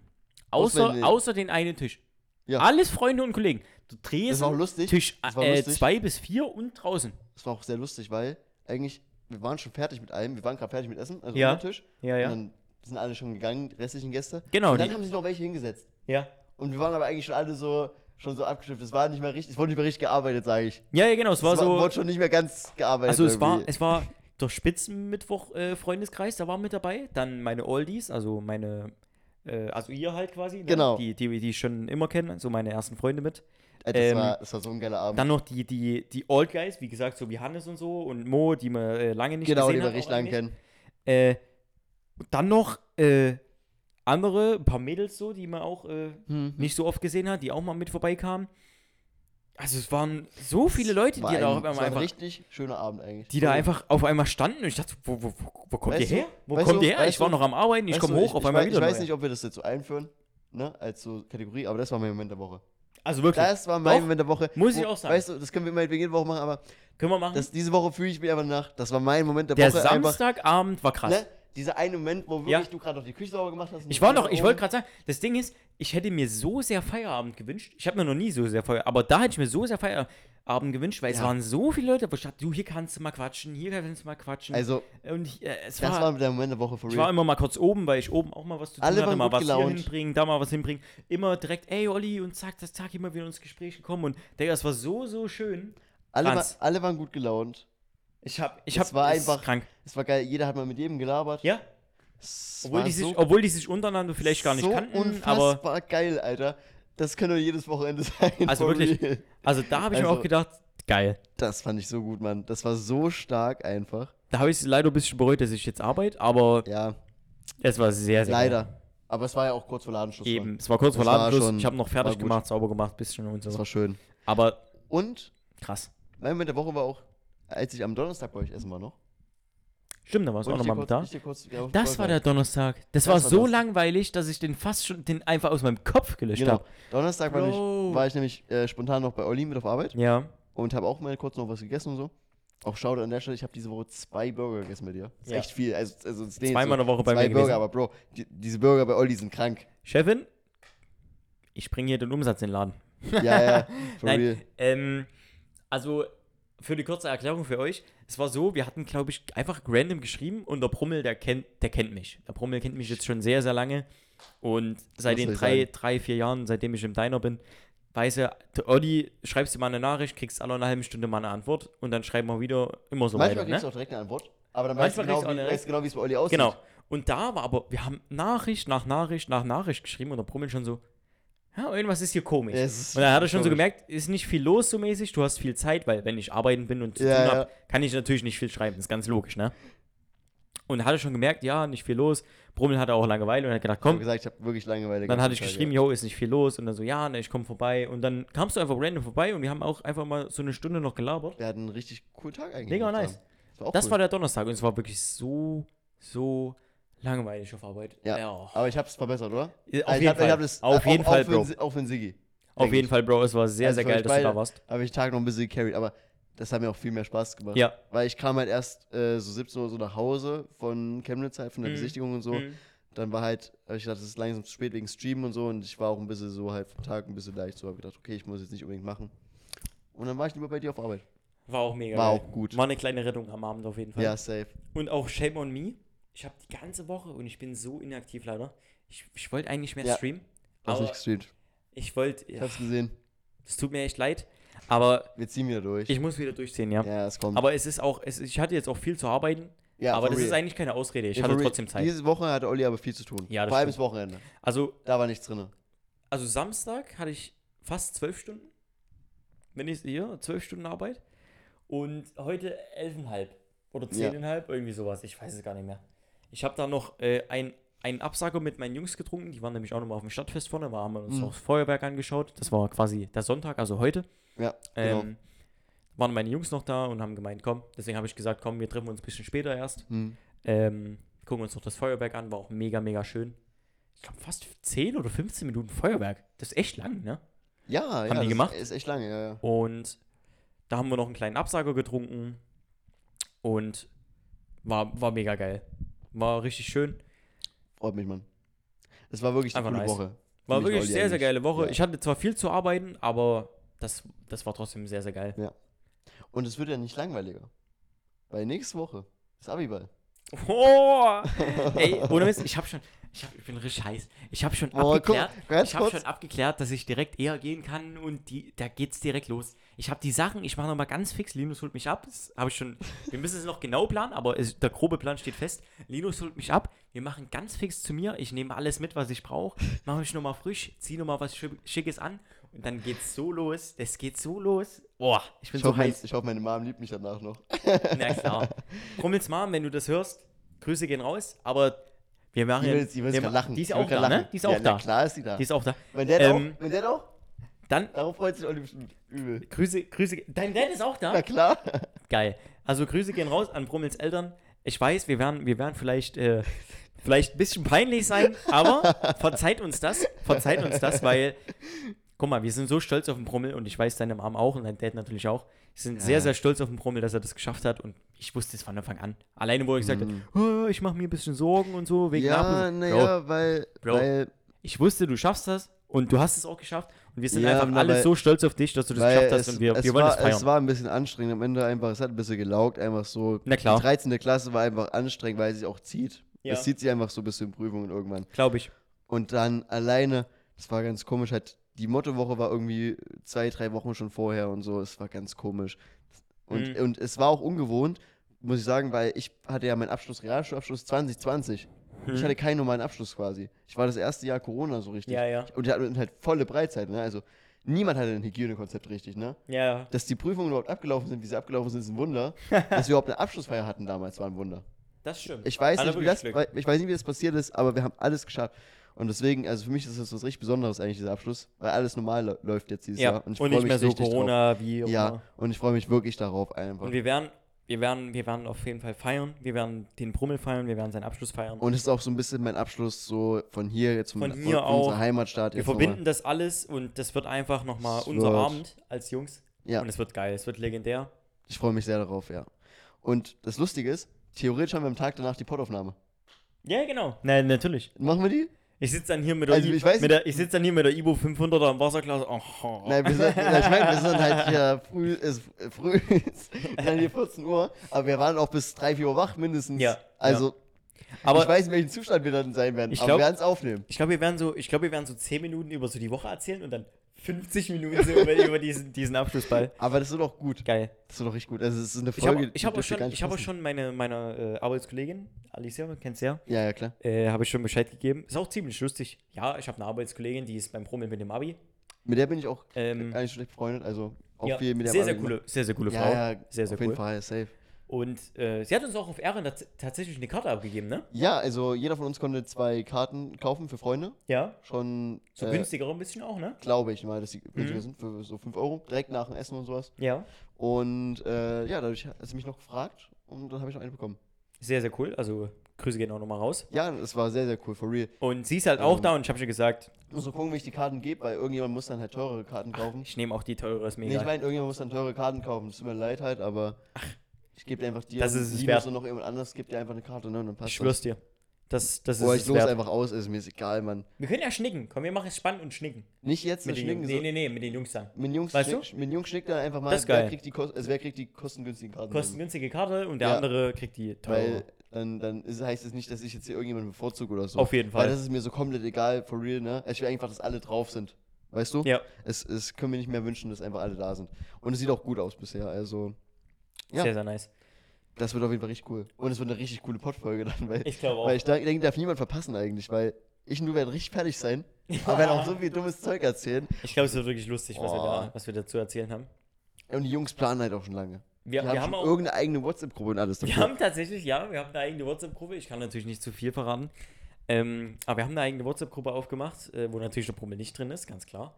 außer, Auswendig. außer den einen Tisch. Ja. Alles Freunde und Kollegen. Du drehst Das war auch lustig. Tisch Das war äh, lustig. zwei bis vier und draußen. Das war auch sehr lustig, weil eigentlich, wir waren schon fertig mit allem. Wir waren gerade fertig mit Essen, also Ja. am Tisch. Ja, ja. Und dann sind alle schon gegangen, die restlichen Gäste. Genau, Und dann die- haben sich noch welche hingesetzt. Ja. Und wir waren aber eigentlich schon alle so, schon so abgeschnitten. Es war nicht mehr richtig, es wurde nicht mehr richtig gearbeitet, sage ich. Ja, ja, genau. Es war es war, so. wurde schon nicht mehr ganz gearbeitet. Also es war, irgendwie. es war der Spitzenmittwoch-Freundeskreis, da war mit dabei. Dann meine Oldies, also meine, äh, also ihr halt quasi. Ne? Genau. Die, die, die ich schon immer kenne, so meine ersten Freunde mit. Äh, das, ähm, war, das war so ein geiler Abend. Dann noch die, die, die Old Guys, wie gesagt, so wie Hannes und so und Mo, die man äh, lange nicht genau, den gesehen wir hat. richtig auch lang eigentlich. kennen. Äh, und dann noch äh, andere, ein paar Mädels so, die man auch äh, Hm. nicht so oft gesehen hat, die auch mal mit vorbeikamen. Also es waren so viele Leute, die War da, ein, auf es war einmal ein einfach, richtig schöner Abend eigentlich. die da Cool. einfach auf einmal standen und ich dachte, wo, wo, wo, wo kommt Weißt ihr du, her? Wo weißt kommt du, ihr her? Ich weißt war du, noch am Arbeiten, ich Weißt komme du, hoch, auf einmal ich, wei- wieder. Ich weiß neue. nicht, ob wir das jetzt so einführen, ne, als so Kategorie, aber das war mein Moment der Woche. also wirklich, Das war mein Doch, Moment der Woche. muss ich Wo- auch sagen. Weißt du, das können wir immer jede Woche machen, aber können wir machen. das, diese Woche fühle ich mich einfach nach. Das war mein Moment der, der Woche. Samstagabend war einfach, krass. ne, dieser eine Moment, wo wirklich Ja. du gerade noch die Küche sauber gemacht hast. und Ich die war noch, Fenster ich wollte oben. gerade sagen, das Ding ist, ich hätte mir so sehr Feierabend gewünscht. Ich habe mir noch nie so sehr Feierabend, aber da hätte ich mir so sehr Feierabend gewünscht, weil es Ja. waren so viele Leute, wo ich dachte, du, hier kannst du mal quatschen, hier kannst du mal quatschen. Also, und ich- äh, es das war, war der Moment der Woche for ich war real. immer mal kurz oben, weil ich oben auch mal was zu tun Alle hatte, waren mal gut was hier gelaunt. hinbringen, da mal was hinbringen. Immer direkt, ey Olli, und zack, das zack, immer wieder ins Gespräch gekommen. Und Digga, es war so, so schön. Alle, wa Franz. alle waren gut gelaunt. Ich hab, ich Es hab, war es ist einfach- krank. Es war geil, jeder hat mal mit jedem gelabert. Ja, Es obwohl war die, sich, so- obwohl die sich untereinander vielleicht gar nicht so kannten, aber unfassbar geil, Alter. Das könnte jedes Wochenende sein. Also for wirklich. real. also da habe ich mir Also- auch gedacht, geil. Das fand ich so gut, Mann. Das war so stark einfach. Da habe ich es leider ein bisschen bereut, dass ich jetzt arbeite, aber Ja, es war sehr, sehr leider. geil. Aber es war ja auch kurz vor Ladenschluss. Mann. Eben, es war kurz vor Das war Ladenschluss. schon- Ich habe noch war fertig gut. gemacht, sauber gemacht, bisschen und Das so. war schön. Aber Und krass. mein Moment der Woche war auch, als ich am Donnerstag bei euch essen war noch. Stimmt, da warst du auch Wollte ich nochmal dir mit kurz- da. ich dir kurz- ja, Das wollte war ich der Donnerstag. Das, Das war war so das. langweilig, dass ich den fast schon den einfach aus meinem Kopf gelöscht Genau. habe. Donnerstag war ich, Bro. war ich nämlich äh, spontan noch bei Olli mit auf Arbeit Ja. und habe auch mal kurz noch was gegessen und so. Auch schade an der Stelle, ich habe diese Woche zwei Burger gegessen bei dir. Das ist Ja. echt viel. Also, also es sind Zweimal in der Woche bei zwei mir Burger, gewesen. aber Bro, die, diese Burger bei Olli sind krank. Chefin, ich bringe hier den Umsatz in den Laden. Ja, ja, for real. Nein, ähm, also für die kurze Erklärung für euch, es war so, wir hatten, glaube ich, einfach random geschrieben und der Brummel, der kennt, der kennt mich. Der Brummel kennt mich jetzt schon sehr, sehr lange und seit soll den ich drei, sagen? drei, vier Jahren, seitdem ich im Diner bin, weiß er, der Olli, schreibst du mal eine Nachricht, kriegst alle eine halbe Stunde mal eine Antwort und dann schreiben wir wieder immer so Manchmal kriegst weiter. du Ne? auch direkt eine Antwort, aber dann weißt du Manchmal genau, kriegst du auch wie- eine- weißt genau, wie es bei Olli aussieht. Genau. Und da war aber, wir haben Nachricht nach Nachricht nach Nachricht geschrieben und der Brummel schon so, ja, irgendwas ist hier komisch. Mhm. Ja, es ist Und dann hat er schon so komisch. gemerkt, ist nicht viel los so mäßig, du hast viel Zeit, weil wenn ich arbeiten bin und zu Ja, tun ja. habe, kann ich natürlich nicht viel schreiben, ist ganz logisch, ne? Und dann hat er schon gemerkt, ja, nicht viel los. Brummel hatte auch Langeweile und hat gedacht, Ich habe komm. gesagt, ich habe wirklich Langeweile. Dann gehabt, hatte ich Alter. geschrieben, yo, ist nicht viel los. Und dann so, ja, ne, ich komme vorbei. Und dann kamst du einfach random vorbei und wir haben auch einfach mal so eine Stunde noch gelabert. Wir hatten einen richtig coolen Tag eigentlich. Mega muss ich nice. sagen. Das war auch Das cool. war der Donnerstag und es war wirklich so, so langweilig auf Arbeit. Ja. Aber ich habe es verbessert, oder? Auf Also ich jeden hab, Fall. Ich hab das, Auf jeden Fall, auch, für den Bro. Si- Auch für den Siggi. Auf jeden Fall, Bro, es war sehr, Also sehr für geil, euch dass du da beide. warst. Habe ich den Tag noch ein bisschen gecarried. Aber das hat mir auch viel mehr Spaß gemacht. Ja. Weil ich kam halt erst äh, so 17 Uhr so nach Hause von Chemnitz halt, von der Mhm. Besichtigung und so. Mhm. Dann war halt, hab ich gedacht, es ist langsam zu spät wegen Streamen und so. Und ich war auch ein bisschen so halt vom Tag ein bisschen leicht. So habe gedacht, okay, ich muss jetzt nicht unbedingt machen. Und dann war ich lieber bei dir auf Arbeit. War auch mega. War geil. auch gut. War eine kleine Rettung am Abend auf jeden Fall. Ja, safe. Und auch Shame on Me. Ich habe die ganze Woche und ich bin so inaktiv leider. Ich, ich wollte eigentlich mehr Ja. streamen. Du hast Aber nicht gestreamt. ich wollte. Ich Ja, hab's gesehen. es tut mir echt leid. Aber Wir ziehen wieder durch. ich muss wieder durchziehen, ja. ja, es kommt. Aber es ist auch. Es, ich hatte jetzt auch viel zu arbeiten. ja, aber for das ist real. eigentlich keine Ausrede. Ich Ja, hatte for real. trotzdem Zeit. Diese Woche hatte Olli aber viel zu tun. Ja, das Vor allem stimmt. das Wochenende. Also, Da war nichts drin. also Samstag hatte ich fast zwölf Stunden. Wenn ich hier, zwölf Stunden Arbeit. Und heute elfeinhalb oder Ja. zehneinhalb, irgendwie sowas. Ich weiß es gar nicht mehr. Ich habe da noch äh, ein, einen Absacker mit meinen Jungs getrunken. Die waren nämlich auch nochmal auf dem Stadtfest vorne. Da haben wir uns Mhm. noch das Feuerwerk angeschaut. Das war quasi der Sonntag, also heute. Ja, Ähm, genau. Waren meine Jungs noch da und haben gemeint, komm. Deswegen habe ich gesagt, komm, wir treffen uns ein bisschen später erst. Hm. Ähm, gucken uns noch das Feuerwerk an, war auch mega, mega schön. Ich glaube, fast 10 oder 15 Minuten Feuerwerk. Das ist echt lang, ne? Ja, ja. die das gemacht? Ist echt lange, ja, ja. Und da haben wir noch einen kleinen Absager getrunken und war, war mega geil. War richtig schön. Freut mich, Mann. Es war wirklich eine Einfach gute nice. Woche. War Finde ich wirklich Olli sehr, sehr eigentlich. geile Woche. Ja. Ich hatte zwar viel zu arbeiten, aber das, das war trotzdem sehr, sehr geil. Und es wird ja nicht langweiliger. Weil nächste Woche ist Abiball. Oh, ey, ohne Mist, ich habe schon, ich, hab, ich bin richtig heiß. Ich habe schon Oh, guck, abgeklärt, ganz ich habe kurz. schon abgeklärt, dass ich direkt eher gehen kann und die, da geht's direkt los. Ich habe die Sachen, ich mache noch mal ganz fix. Linus holt mich ab. Das habe ich schon. Wir müssen es noch genau planen, aber es, der grobe Plan steht fest. Linus holt mich ab. Wir machen ganz fix zu mir. Ich nehme alles mit, was ich brauche. Mache mich noch mal frisch, ziehe noch mal was Schick- Schickes an und dann geht's so los. Es geht so los. Boah, ich bin Ich so hoffe, mein, heiß. ich hoffe, meine Mom liebt mich danach noch. Na klar. Rummels Mom, wenn du das hörst, Grüße gehen raus, aber wir machen Die ja- will, die will wir gerade ma- lachen. Die ist will auch da, grad ne? Die ist auch ja, da. Na klar ist sie da. Die ist auch da. mein, Dad Ähm, auch, mein Dad auch? Dann Darauf freut sich Olli bestimmt übel. Grüße, Grüße. Dein Dad ist auch Na da? klar. Geil. Also Grüße gehen raus an Brummels Eltern. Ich weiß, wir werden, wir werden vielleicht, äh, vielleicht ein bisschen peinlich sein, aber verzeiht uns das. Verzeiht uns das, weil, guck mal, wir sind so stolz auf den Brummel und ich weiß, deine Mom auch und dein Dad natürlich auch. Wir sind sehr, sehr stolz auf den Brummel, dass er das geschafft hat und ich wusste es von Anfang an. Alleine, wo ich sagte, oh, ich mache mir ein bisschen Sorgen und so, wegen Mhm. Ja, Napoli." Bro, naja, weil, Bro. weil, ich wusste, du schaffst das und du hast es auch geschafft. Und wir sind Ja, einfach na, alle weil- so stolz auf dich, dass du das weil geschafft hast es, und wir, es, wir wollen war, das feiern. es war ein bisschen anstrengend am Ende einfach. Es hat ein bisschen gelaugt, einfach so. Na klar. Die 13. Klasse war einfach anstrengend, weil sie auch zieht. Ja. Es zieht sie einfach so ein bisschen Prüfungen irgendwann. Glaube ich. Und dann alleine, das war ganz komisch, halt, die Mottowoche war irgendwie zwei, drei Wochen schon vorher und so, es war ganz komisch. Und, Mhm. und es war auch ungewohnt, muss ich sagen, weil ich hatte ja meinen Abschluss, Realschulabschluss 2020. Mhm. Ich hatte keinen normalen Abschluss quasi. Ich war das erste Jahr Corona so richtig. Ja, ja. Und wir hatten halt volle Breitzeit, ne? Also niemand hatte ein Hygienekonzept richtig, ne? Ja, Dass die Prüfungen überhaupt abgelaufen sind, wie sie abgelaufen sind, ist ein Wunder. Dass wir überhaupt eine Abschlussfeier hatten damals, war ein Wunder. das stimmt. Ich weiß, Hat er nicht, wie wirklich das, Glück. weil- ich weiß nicht, wie das passiert ist, aber wir haben alles geschafft. Und deswegen, also für mich ist das was richtig Besonderes eigentlich, dieser Abschluss, weil alles normal lä- läuft jetzt dieses ja. Jahr. Und, freu nicht mehr so richtig Corona wie auch Drauf. immer. Ja, und ich freue mich wirklich darauf einfach. Und Und, wir werden, wir werden, wir werden auf jeden Fall feiern. Wir werden den Brummel feiern, wir werden seinen Abschluss feiern. es ist auch so ein bisschen mein Abschluss so von hier jetzt Von von hier auch. unserer Heimatstadt. wir jetzt nochmal. verbinden das alles und das wird einfach nochmal Es unser wird- Abend als Jungs. Ja. Und es wird geil, es wird legendär. Ich freue mich sehr darauf, ja. Und das Lustige ist, theoretisch haben wir am Tag danach die Pottaufnahme. Ja, genau. Nein, natürlich. Machen wir die? Ich sitze dann hier mit der, Also, I- ich weiß mit der, ich sitz dann hier mit der Ibo 500er im Wasserglas. Oh. Nein, wir sind, na, ich meine, wir sind halt hier früh, ist, äh, früh ist dann hier 14 Uhr, aber wir waren auch bis 3, 4 Uhr wach mindestens. Ja, Also aber ich weiß nicht, in welchem Zustand wir dann sein werden, Ich aber glaub- wir werden es aufnehmen. ich glaube, wir werden so, ich glaube, wir werden so 10 Minuten über so die Woche erzählen und dann 50 Minuten so über, über diesen, diesen Abschlussball. Aber das wird auch gut. Geil. Das wird auch richtig gut. Also es ist eine Ich habe Folge. ich die hab auch dürfte schon, gar nicht ich hab auch passen. schon meine, meine äh, Arbeitskollegin, Alicia, kennst du ja, Ja, ja, klar. äh, habe ich schon Bescheid gegeben. Ist auch ziemlich lustig. Ja, ich habe eine Arbeitskollegin, die ist beim Promel mit dem Abi. Mit der bin ich auch Ähm, eigentlich schlecht befreundet, also auch ja, viel mit der sehr, Barbie sehr gemacht. coole, sehr, sehr coole Frau. Ja, ja, sehr, sehr auf jeden cool. Fall, safe. Und äh, sie hat uns auch auf Ehren tats- tatsächlich eine Karte abgegeben, ne? Ja, also jeder von uns konnte zwei Karten kaufen für Freunde. Ja. Schon, So äh, günstiger ein bisschen auch, ne? glaube ich mal, dass die günstiger sind für so 5 Euro, direkt nach dem Essen und sowas. Ja. Und äh, ja, dadurch hat sie mich noch gefragt und dann habe ich noch eine bekommen. Sehr, sehr cool. Also Grüße gehen auch nochmal raus. Ja, es war sehr, sehr cool, for real. Und sie ist halt auch Ähm. da und ich habe schon gesagt, Muss nur gucken, wie ich die Karten gebe, weil irgendjemand muss dann halt teure Karten kaufen. ich nehme auch die teure, ist mir Nee, ich egal. meine, irgendjemand muss dann teure Karten kaufen. Es tut mir leid halt, aber ich gebe dir einfach dir Das und ist es Linus wert. und noch jemand anderes gibt dir einfach eine Karte, ne? Und dann passt ich schwör's dir. Das, das das. ist Boah, es ich los wert. einfach aus, ist mir ist egal, Mann. Wir können ja schnicken. Komm, wir machen es spannend und schnicken. Nicht jetzt das Mit den Jungs. Schnicken. Nee, so- nee, nee, mit den Jungs dann. Mit Jungs, Weißt du? schnick, mit Jungs schnick dann einfach mal, Das ist wer, geil. kriegt die Kosten, also wer kriegt die kostengünstigen Karten. Kostengünstige Karte und der Ja. andere kriegt die teure. Weil dann, dann ist, heißt es nicht, dass ich jetzt hier irgendjemanden bevorzuge oder so. Auf jeden Fall. Weil das ist mir so komplett egal, for real, ne? Ich will einfach, dass alle drauf sind. Weißt du? ja, Es, es können wir nicht mehr wünschen, dass einfach alle da sind. Und es sieht auch gut aus bisher. Also, Ja. sehr, sehr nice. das wird auf jeden Fall richtig cool. Und es wird eine richtig coole Podfolge dann, weil Ich glaube auch. Weil ich da, denke, darf niemand verpassen eigentlich, weil ich und du werden richtig fertig sein, aber werden auch so viel dummes Zeug erzählen. Ich glaube, es wird wirklich lustig, was, wir Oh. da, was wir dazu erzählen haben. Und die Jungs planen halt auch schon lange. Wir, die wir, haben, haben, schon auch, irgendeine eigene WhatsApp-Gruppe und alles wir dafür. haben tatsächlich, ja, wir haben eine eigene WhatsApp-Gruppe. Ich kann natürlich nicht zu viel verraten. Ähm, aber wir haben eine eigene WhatsApp-Gruppe aufgemacht, äh, wo natürlich der Brummel nicht drin ist, ganz klar.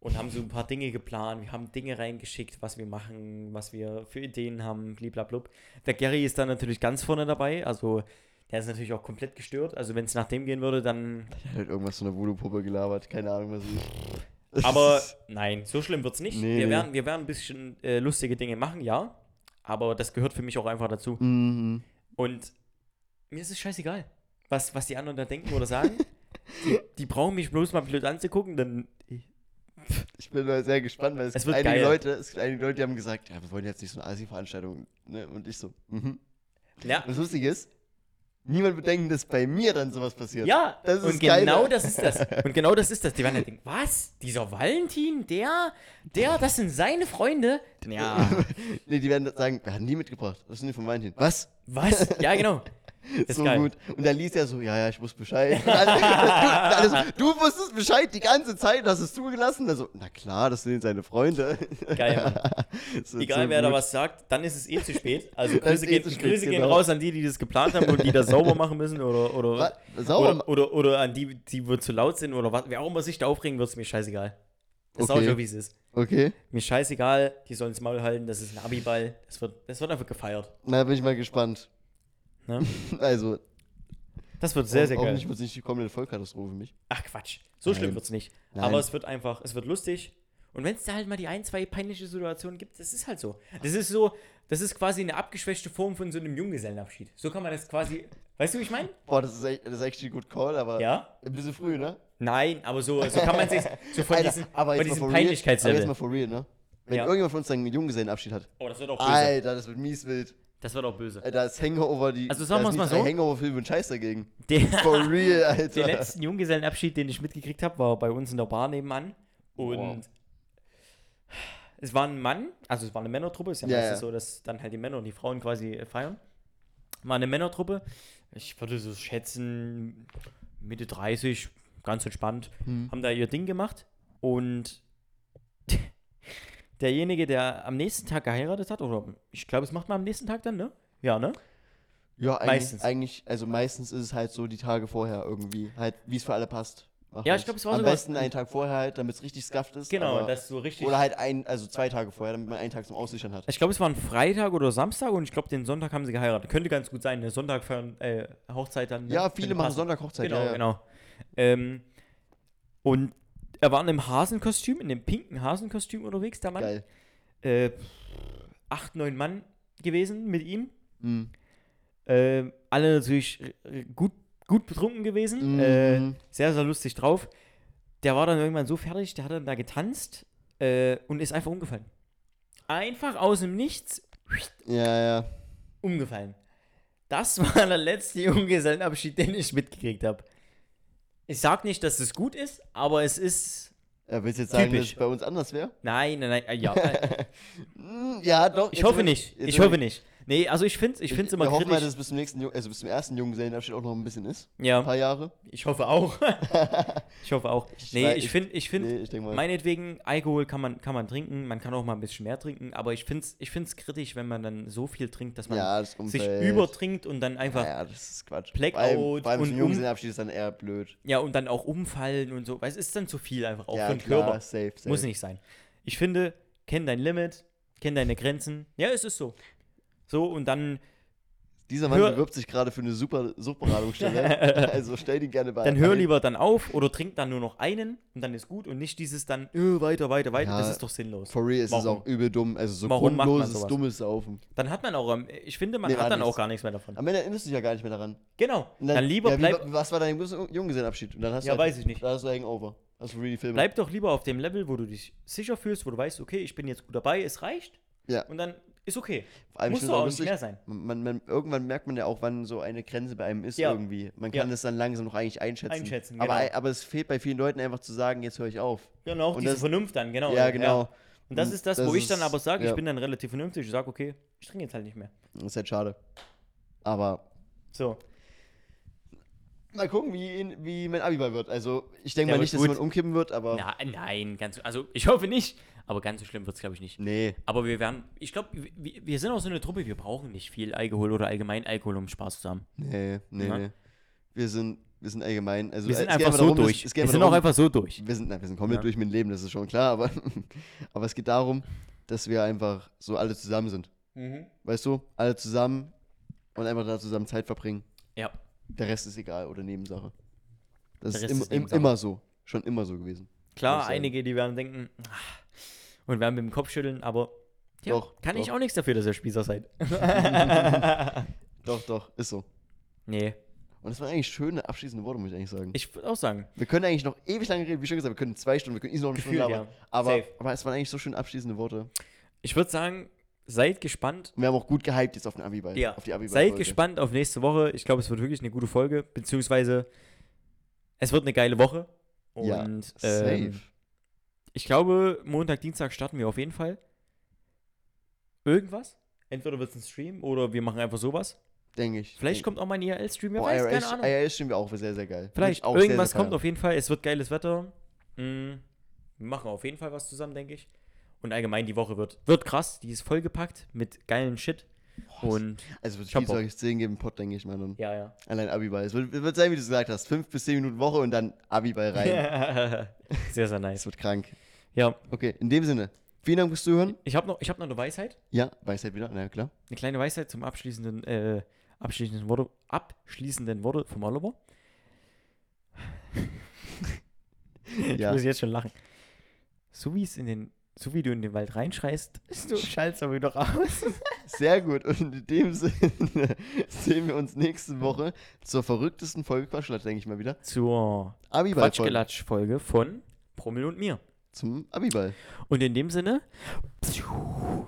Und haben so ein paar Dinge geplant. Wir haben Dinge reingeschickt, was wir machen, was wir für Ideen haben, bliblablub. Der Gary ist da natürlich ganz vorne dabei. Also der ist natürlich auch komplett gestört. Also wenn es nach dem gehen würde, dann Ich hab halt irgendwas zu einer Voodoo-Puppe gelabert, keine Ahnung, was ich. Das Aber ist- nein, so schlimm wird es nicht. Nee, wir, nee. werden, wir werden ein bisschen äh, lustige Dinge machen, ja. Aber das gehört für mich auch einfach dazu. Mhm. Und mir ist es scheißegal, was, was die anderen da denken oder sagen. die, die brauchen mich bloß mal blöd anzugucken, dann. Ich bin mal sehr gespannt, weil es, Es gibt wird einige geil. Leute, es gibt einige Leute, die haben gesagt, ja, wir wollen jetzt nicht so eine Asi-Veranstaltung. Ne? Und ich so, mhm. Ja, Und das Lustige ist, niemand bedenkt, dass bei mir dann sowas passiert. ja das ist und geil. genau das ist das. Und genau das ist das. Die werden halt denken, was? Dieser Valentin, der, der, das sind seine Freunde. Ja. nee, die werden sagen, wir haben die mitgebracht. Das sind die von Valentin. Was? Was? Ja, genau. Ist so geil. gut. Und dann liest er so, ja, ja, ich wusste Bescheid. Und alle- und alle so, du wusstest Bescheid die ganze Zeit, hast es zugelassen. Also, na klar, das sind seine Freunde. Geil, Mann. Das wird Egal, so wer da gut. was sagt, dann ist es eh zu spät. Also Dann ist Grüße, eh gehen, zu spät, Grüße gehen genau. raus an die, die das geplant haben und die das sauber machen müssen oder oder, Wa- Sauber. ma- oder, oder, oder an die, die wo zu laut sind oder was, wer auch immer sich da aufregen wird, ist mir scheißegal. Okay. Das okay. ist auch schon, wie es ist. Okay, Mir scheißegal, die sollen ins Maul halten, das ist ein Abiball. Das wird, das wird einfach gefeiert. na, bin ich mal gespannt. Ne? Also, Das wird sehr, sehr hoffentlich geil. wird es nicht die kommende Vollkatastrophe für mich. Ach Quatsch, so schlimm Nein. wird es nicht. Nein. Aber es wird einfach, es wird lustig. Und wenn es da halt mal die ein, zwei peinliche Situationen gibt, das ist halt so. Das ist so, das ist quasi eine abgeschwächte Form von so einem Junggesellenabschied. So kann man das quasi, weißt du, wie ich meine? Boah, das ist echt, das ist echt ein gut Call, aber Ja? ein bisschen früh, ne? Nein, aber so, so kann man sich so von Alter, diesen, aber jetzt mal for real- aber von diesen jetzt mal Peinlichkeitslevel. for real, ne? Wenn Ja. irgendjemand von uns seinen Junggesellenabschied hat, Oh, das wird auch böse. Alter, das wird mies wild. Das wird auch böse. Da ist Hangover die. Also sagen da sind wir's die mal drei so. Hangover-Filme und Scheiß dagegen. Den, For real, Alter. den letzten Junggesellenabschied, den ich mitgekriegt habe, war bei uns in der Bar nebenan. Und Wow. es war ein Mann, also es war eine Männertruppe, ist ja, Ja, meistens ja. so, dass dann halt die Männer und die Frauen quasi äh, feiern. War eine Männertruppe. Ich würde so schätzen, Mitte 30, ganz entspannt, Hm. haben da ihr Ding gemacht. Und derjenige, der am nächsten Tag geheiratet hat, oder ich glaube, es macht man am nächsten Tag dann, ne? Ja, ne? Ja, eigentlich, Meistens. eigentlich, also meistens ist es halt so die Tage vorher irgendwie, halt, wie es für alle passt. Macht Ja, ich man's. glaub, es war Am sogar- besten einen Tag vorher halt, damit es richtig skafft ist. Genau, aber- das so richtig. oder halt ein, also zwei Tage vorher, damit man einen Tag zum Aussichern hat. Ich glaube, es war ein Freitag oder Samstag und ich glaube, den Sonntag haben sie geheiratet. Könnte ganz gut sein, der Sonntag für äh, Hochzeit dann. ne? Ja, viele Könnte machen passen. Sonntag Hochzeit. Genau, ja, ja. genau. Ähm, und er war in einem Hasenkostüm, in einem pinken Hasenkostüm unterwegs, der Mann. Geil. Äh, acht, neun Mann gewesen mit ihm. Mhm. Äh, alle natürlich äh, gut, gut betrunken gewesen. Mhm. Äh, sehr, sehr lustig drauf. Der war dann irgendwann so fertig, der hat dann da getanzt äh, und ist einfach umgefallen. Einfach aus dem Nichts ja, ja. umgefallen. Das war der letzte Junggesellenabschied, den ich mitgekriegt habe. Ich sag nicht, dass es gut ist, aber es ist. Ja, Äh, willst du jetzt sagen, Typisch. dass es bei uns anders wäre? Nein, nein, nein, äh, ja. äh, Hm, Ja, doch. Ich jetzt hoffe wird- nicht. jetzt Ich wird- hoffe nicht. Nee, also ich finde es ich find's immer Wir hoffen mal, kritisch. dass es bis zum nächsten, Ju- also bis zum ersten Junggesellenabschied auch noch ein bisschen ist. Ein ja, paar Jahre. ich hoffe auch. ich hoffe auch. Ich Nee, weiß- ich finde, ich finde, Nee, ich denke mal. meinetwegen, Alkohol kann man, kann man trinken, man kann auch mal ein bisschen mehr trinken, aber ich finde es ich find's kritisch, wenn man dann so viel trinkt, dass man ja, das sich Umfeld. übertrinkt und dann einfach Ja, das ist Quatsch. Blackout vor allem, vor allem und zum um- Junggesellenabschied ist dann eher blöd. Ja, und dann auch umfallen und so. Weil es ist dann zu viel einfach auch ja, für den klar, Körper. Safe, safe. Muss nicht sein. Ich finde, kenn dein Limit, kenn deine Grenzen. Ja, es ist so. So, und dann Dieser Mann Hör- bewirbt sich gerade für eine super Suchtberatungsstelle. also stell den gerne bei. Dann hör ein. lieber dann auf oder trink dann nur noch einen und dann ist gut und nicht dieses dann äh, weiter, weiter, weiter. Ja, das ist doch sinnlos. For real ist es Warum? auch übel dumm. Also so Warum macht man grundloses, sowas? dummes Saufen. Dann hat man auch, ähm, ich finde, man Nee, hat man dann hat auch nichts. gar nichts mehr davon. Am Ende erinnerst du dich ja gar nicht mehr daran. Genau. Und Dann lieber ja, wie bleib, wa- was war dein größter Junggesellenabschied? Und dann hast Ja, du halt- weiß ich nicht. Da hast du Hangover. Also really Filme. bleib doch lieber auf dem Level, wo du dich sicher fühlst, wo du weißt, okay, ich bin jetzt gut dabei, es reicht. Ja. Und dann ist okay. Vor allem, ich Musst find's du auch nicht lustig, mehr sein. Man, man, irgendwann merkt man ja auch, wann so eine Grenze bei einem ist Ja. irgendwie. Man Ja. kann das dann langsam noch eigentlich einschätzen. Einschätzen, aber, genau. aber es fehlt bei vielen Leuten einfach zu sagen, jetzt höre ich auf. Genau, Und diese das- Vernunft dann, genau. ja, genau. Und das ist das, Das wo ich dann ist- aber sage, ja. ich bin dann relativ vernünftig. Ich sage, okay, ich trinke jetzt halt nicht mehr. Ist halt schade. Aber So. mal gucken, wie, ihn- wie mein Abi bei wird. Also ich denke Ja, mal aber nicht, dass gut. jemand umkippen wird, aber Na, nein, ganz, also ich hoffe nicht, aber ganz so schlimm wird es, glaube ich, nicht. nee. Aber wir werden, ich glaube, wir, wir sind auch so eine Truppe, wir brauchen nicht viel Alkohol oder allgemein Alkohol, um Spaß zu haben. Nee, nee, Na? nee. Wir sind, wir sind allgemein. Also, Wir sind es geht einfach so darum, dass- durch. Es Wir geht sind auch darum, einfach so durch. Wir sind, nein, wir sind komplett Ja. durch mit dem Leben, das ist schon klar, aber, aber es geht darum, dass wir einfach so alle zusammen sind. Weißt du? Alle zusammen und einfach da zusammen Zeit verbringen. Ja. Der Rest ist egal oder Nebensache. Das Der ist, Rest im, ist im, Nebensache. immer so. Schon immer so gewesen. Muss Klar, ich sagen. einige, die werden denken "Ah", und werden mit dem Kopf schütteln, aber ja, Doch, kann ich doch. auch nichts dafür, dass ihr Spießer seid. Doch, doch, ist so. nee, Und das waren eigentlich schöne abschließende Worte, muss ich eigentlich sagen. ich würde auch sagen, wir können eigentlich noch ewig lange reden, wie schon gesagt, wir können zwei Stunden, wir können easy noch eine Stunde Gefühlt, labern. ja. Aber, Safe. aber es waren eigentlich so schön abschließende Worte. ich würde sagen, seid gespannt. Und wir haben auch gut gehypt jetzt auf den Abi-Ball. Ja, auf die abi seid gespannt auf nächste Woche. Ich glaube, es wird wirklich eine gute Folge, beziehungsweise es wird eine geile Woche. Und Ja, Safe. ähm, ich glaube, Montag, Dienstag starten wir auf jeden Fall irgendwas. Entweder wird es ein Stream oder wir machen einfach sowas. Denke ich. Vielleicht kommt auch mal ein IRL-Stream, wer Oh, weiß, keine IRS, Ahnung. IRS stimmt wir auch, wäre sehr, sehr geil. Würde ich Vielleicht auch irgendwas sehr, sehr kommt auf jeden Fall. Es wird geiles Wetter. Mm, Wir machen auf jeden Fall was zusammen, denke ich. Und allgemein die Woche wird, wird krass. Die ist vollgepackt mit geilen Shit. Und feiern. Also wird Ich hab viel Bock. Zeug 10 geben, Pott, denke ich mal. Dann. Ja, ja. Allein Abi-Ball. Es wird, wird sein, wie du es gesagt hast. Fünf bis zehn Minuten Woche und dann Abi-Ball rein. sehr, sehr Es nice. wird krank. Ja, Okay, in dem Sinne. Vielen Dank fürs Zuhören. ich habe noch, ich hab noch eine Weisheit. Ja, Weisheit wieder. Na klar. Eine kleine Weisheit zum abschließenden, äh, abschließenden Worte, abschließenden Worte vom Oliver. Ich Ja. muss jetzt schon lachen. So wie es in den, so wie du in den Wald reinschreist, du schallst aber wieder raus. Sehr gut. Und in dem Sinne sehen wir uns nächste Woche zur verrücktesten Folge Quatschlatt, denke ich mal wieder. Zur Abi-Ball. Quatschgelatsch-Folge von Prommel und mir. Zum Abi-Ball. Und in dem Sinne,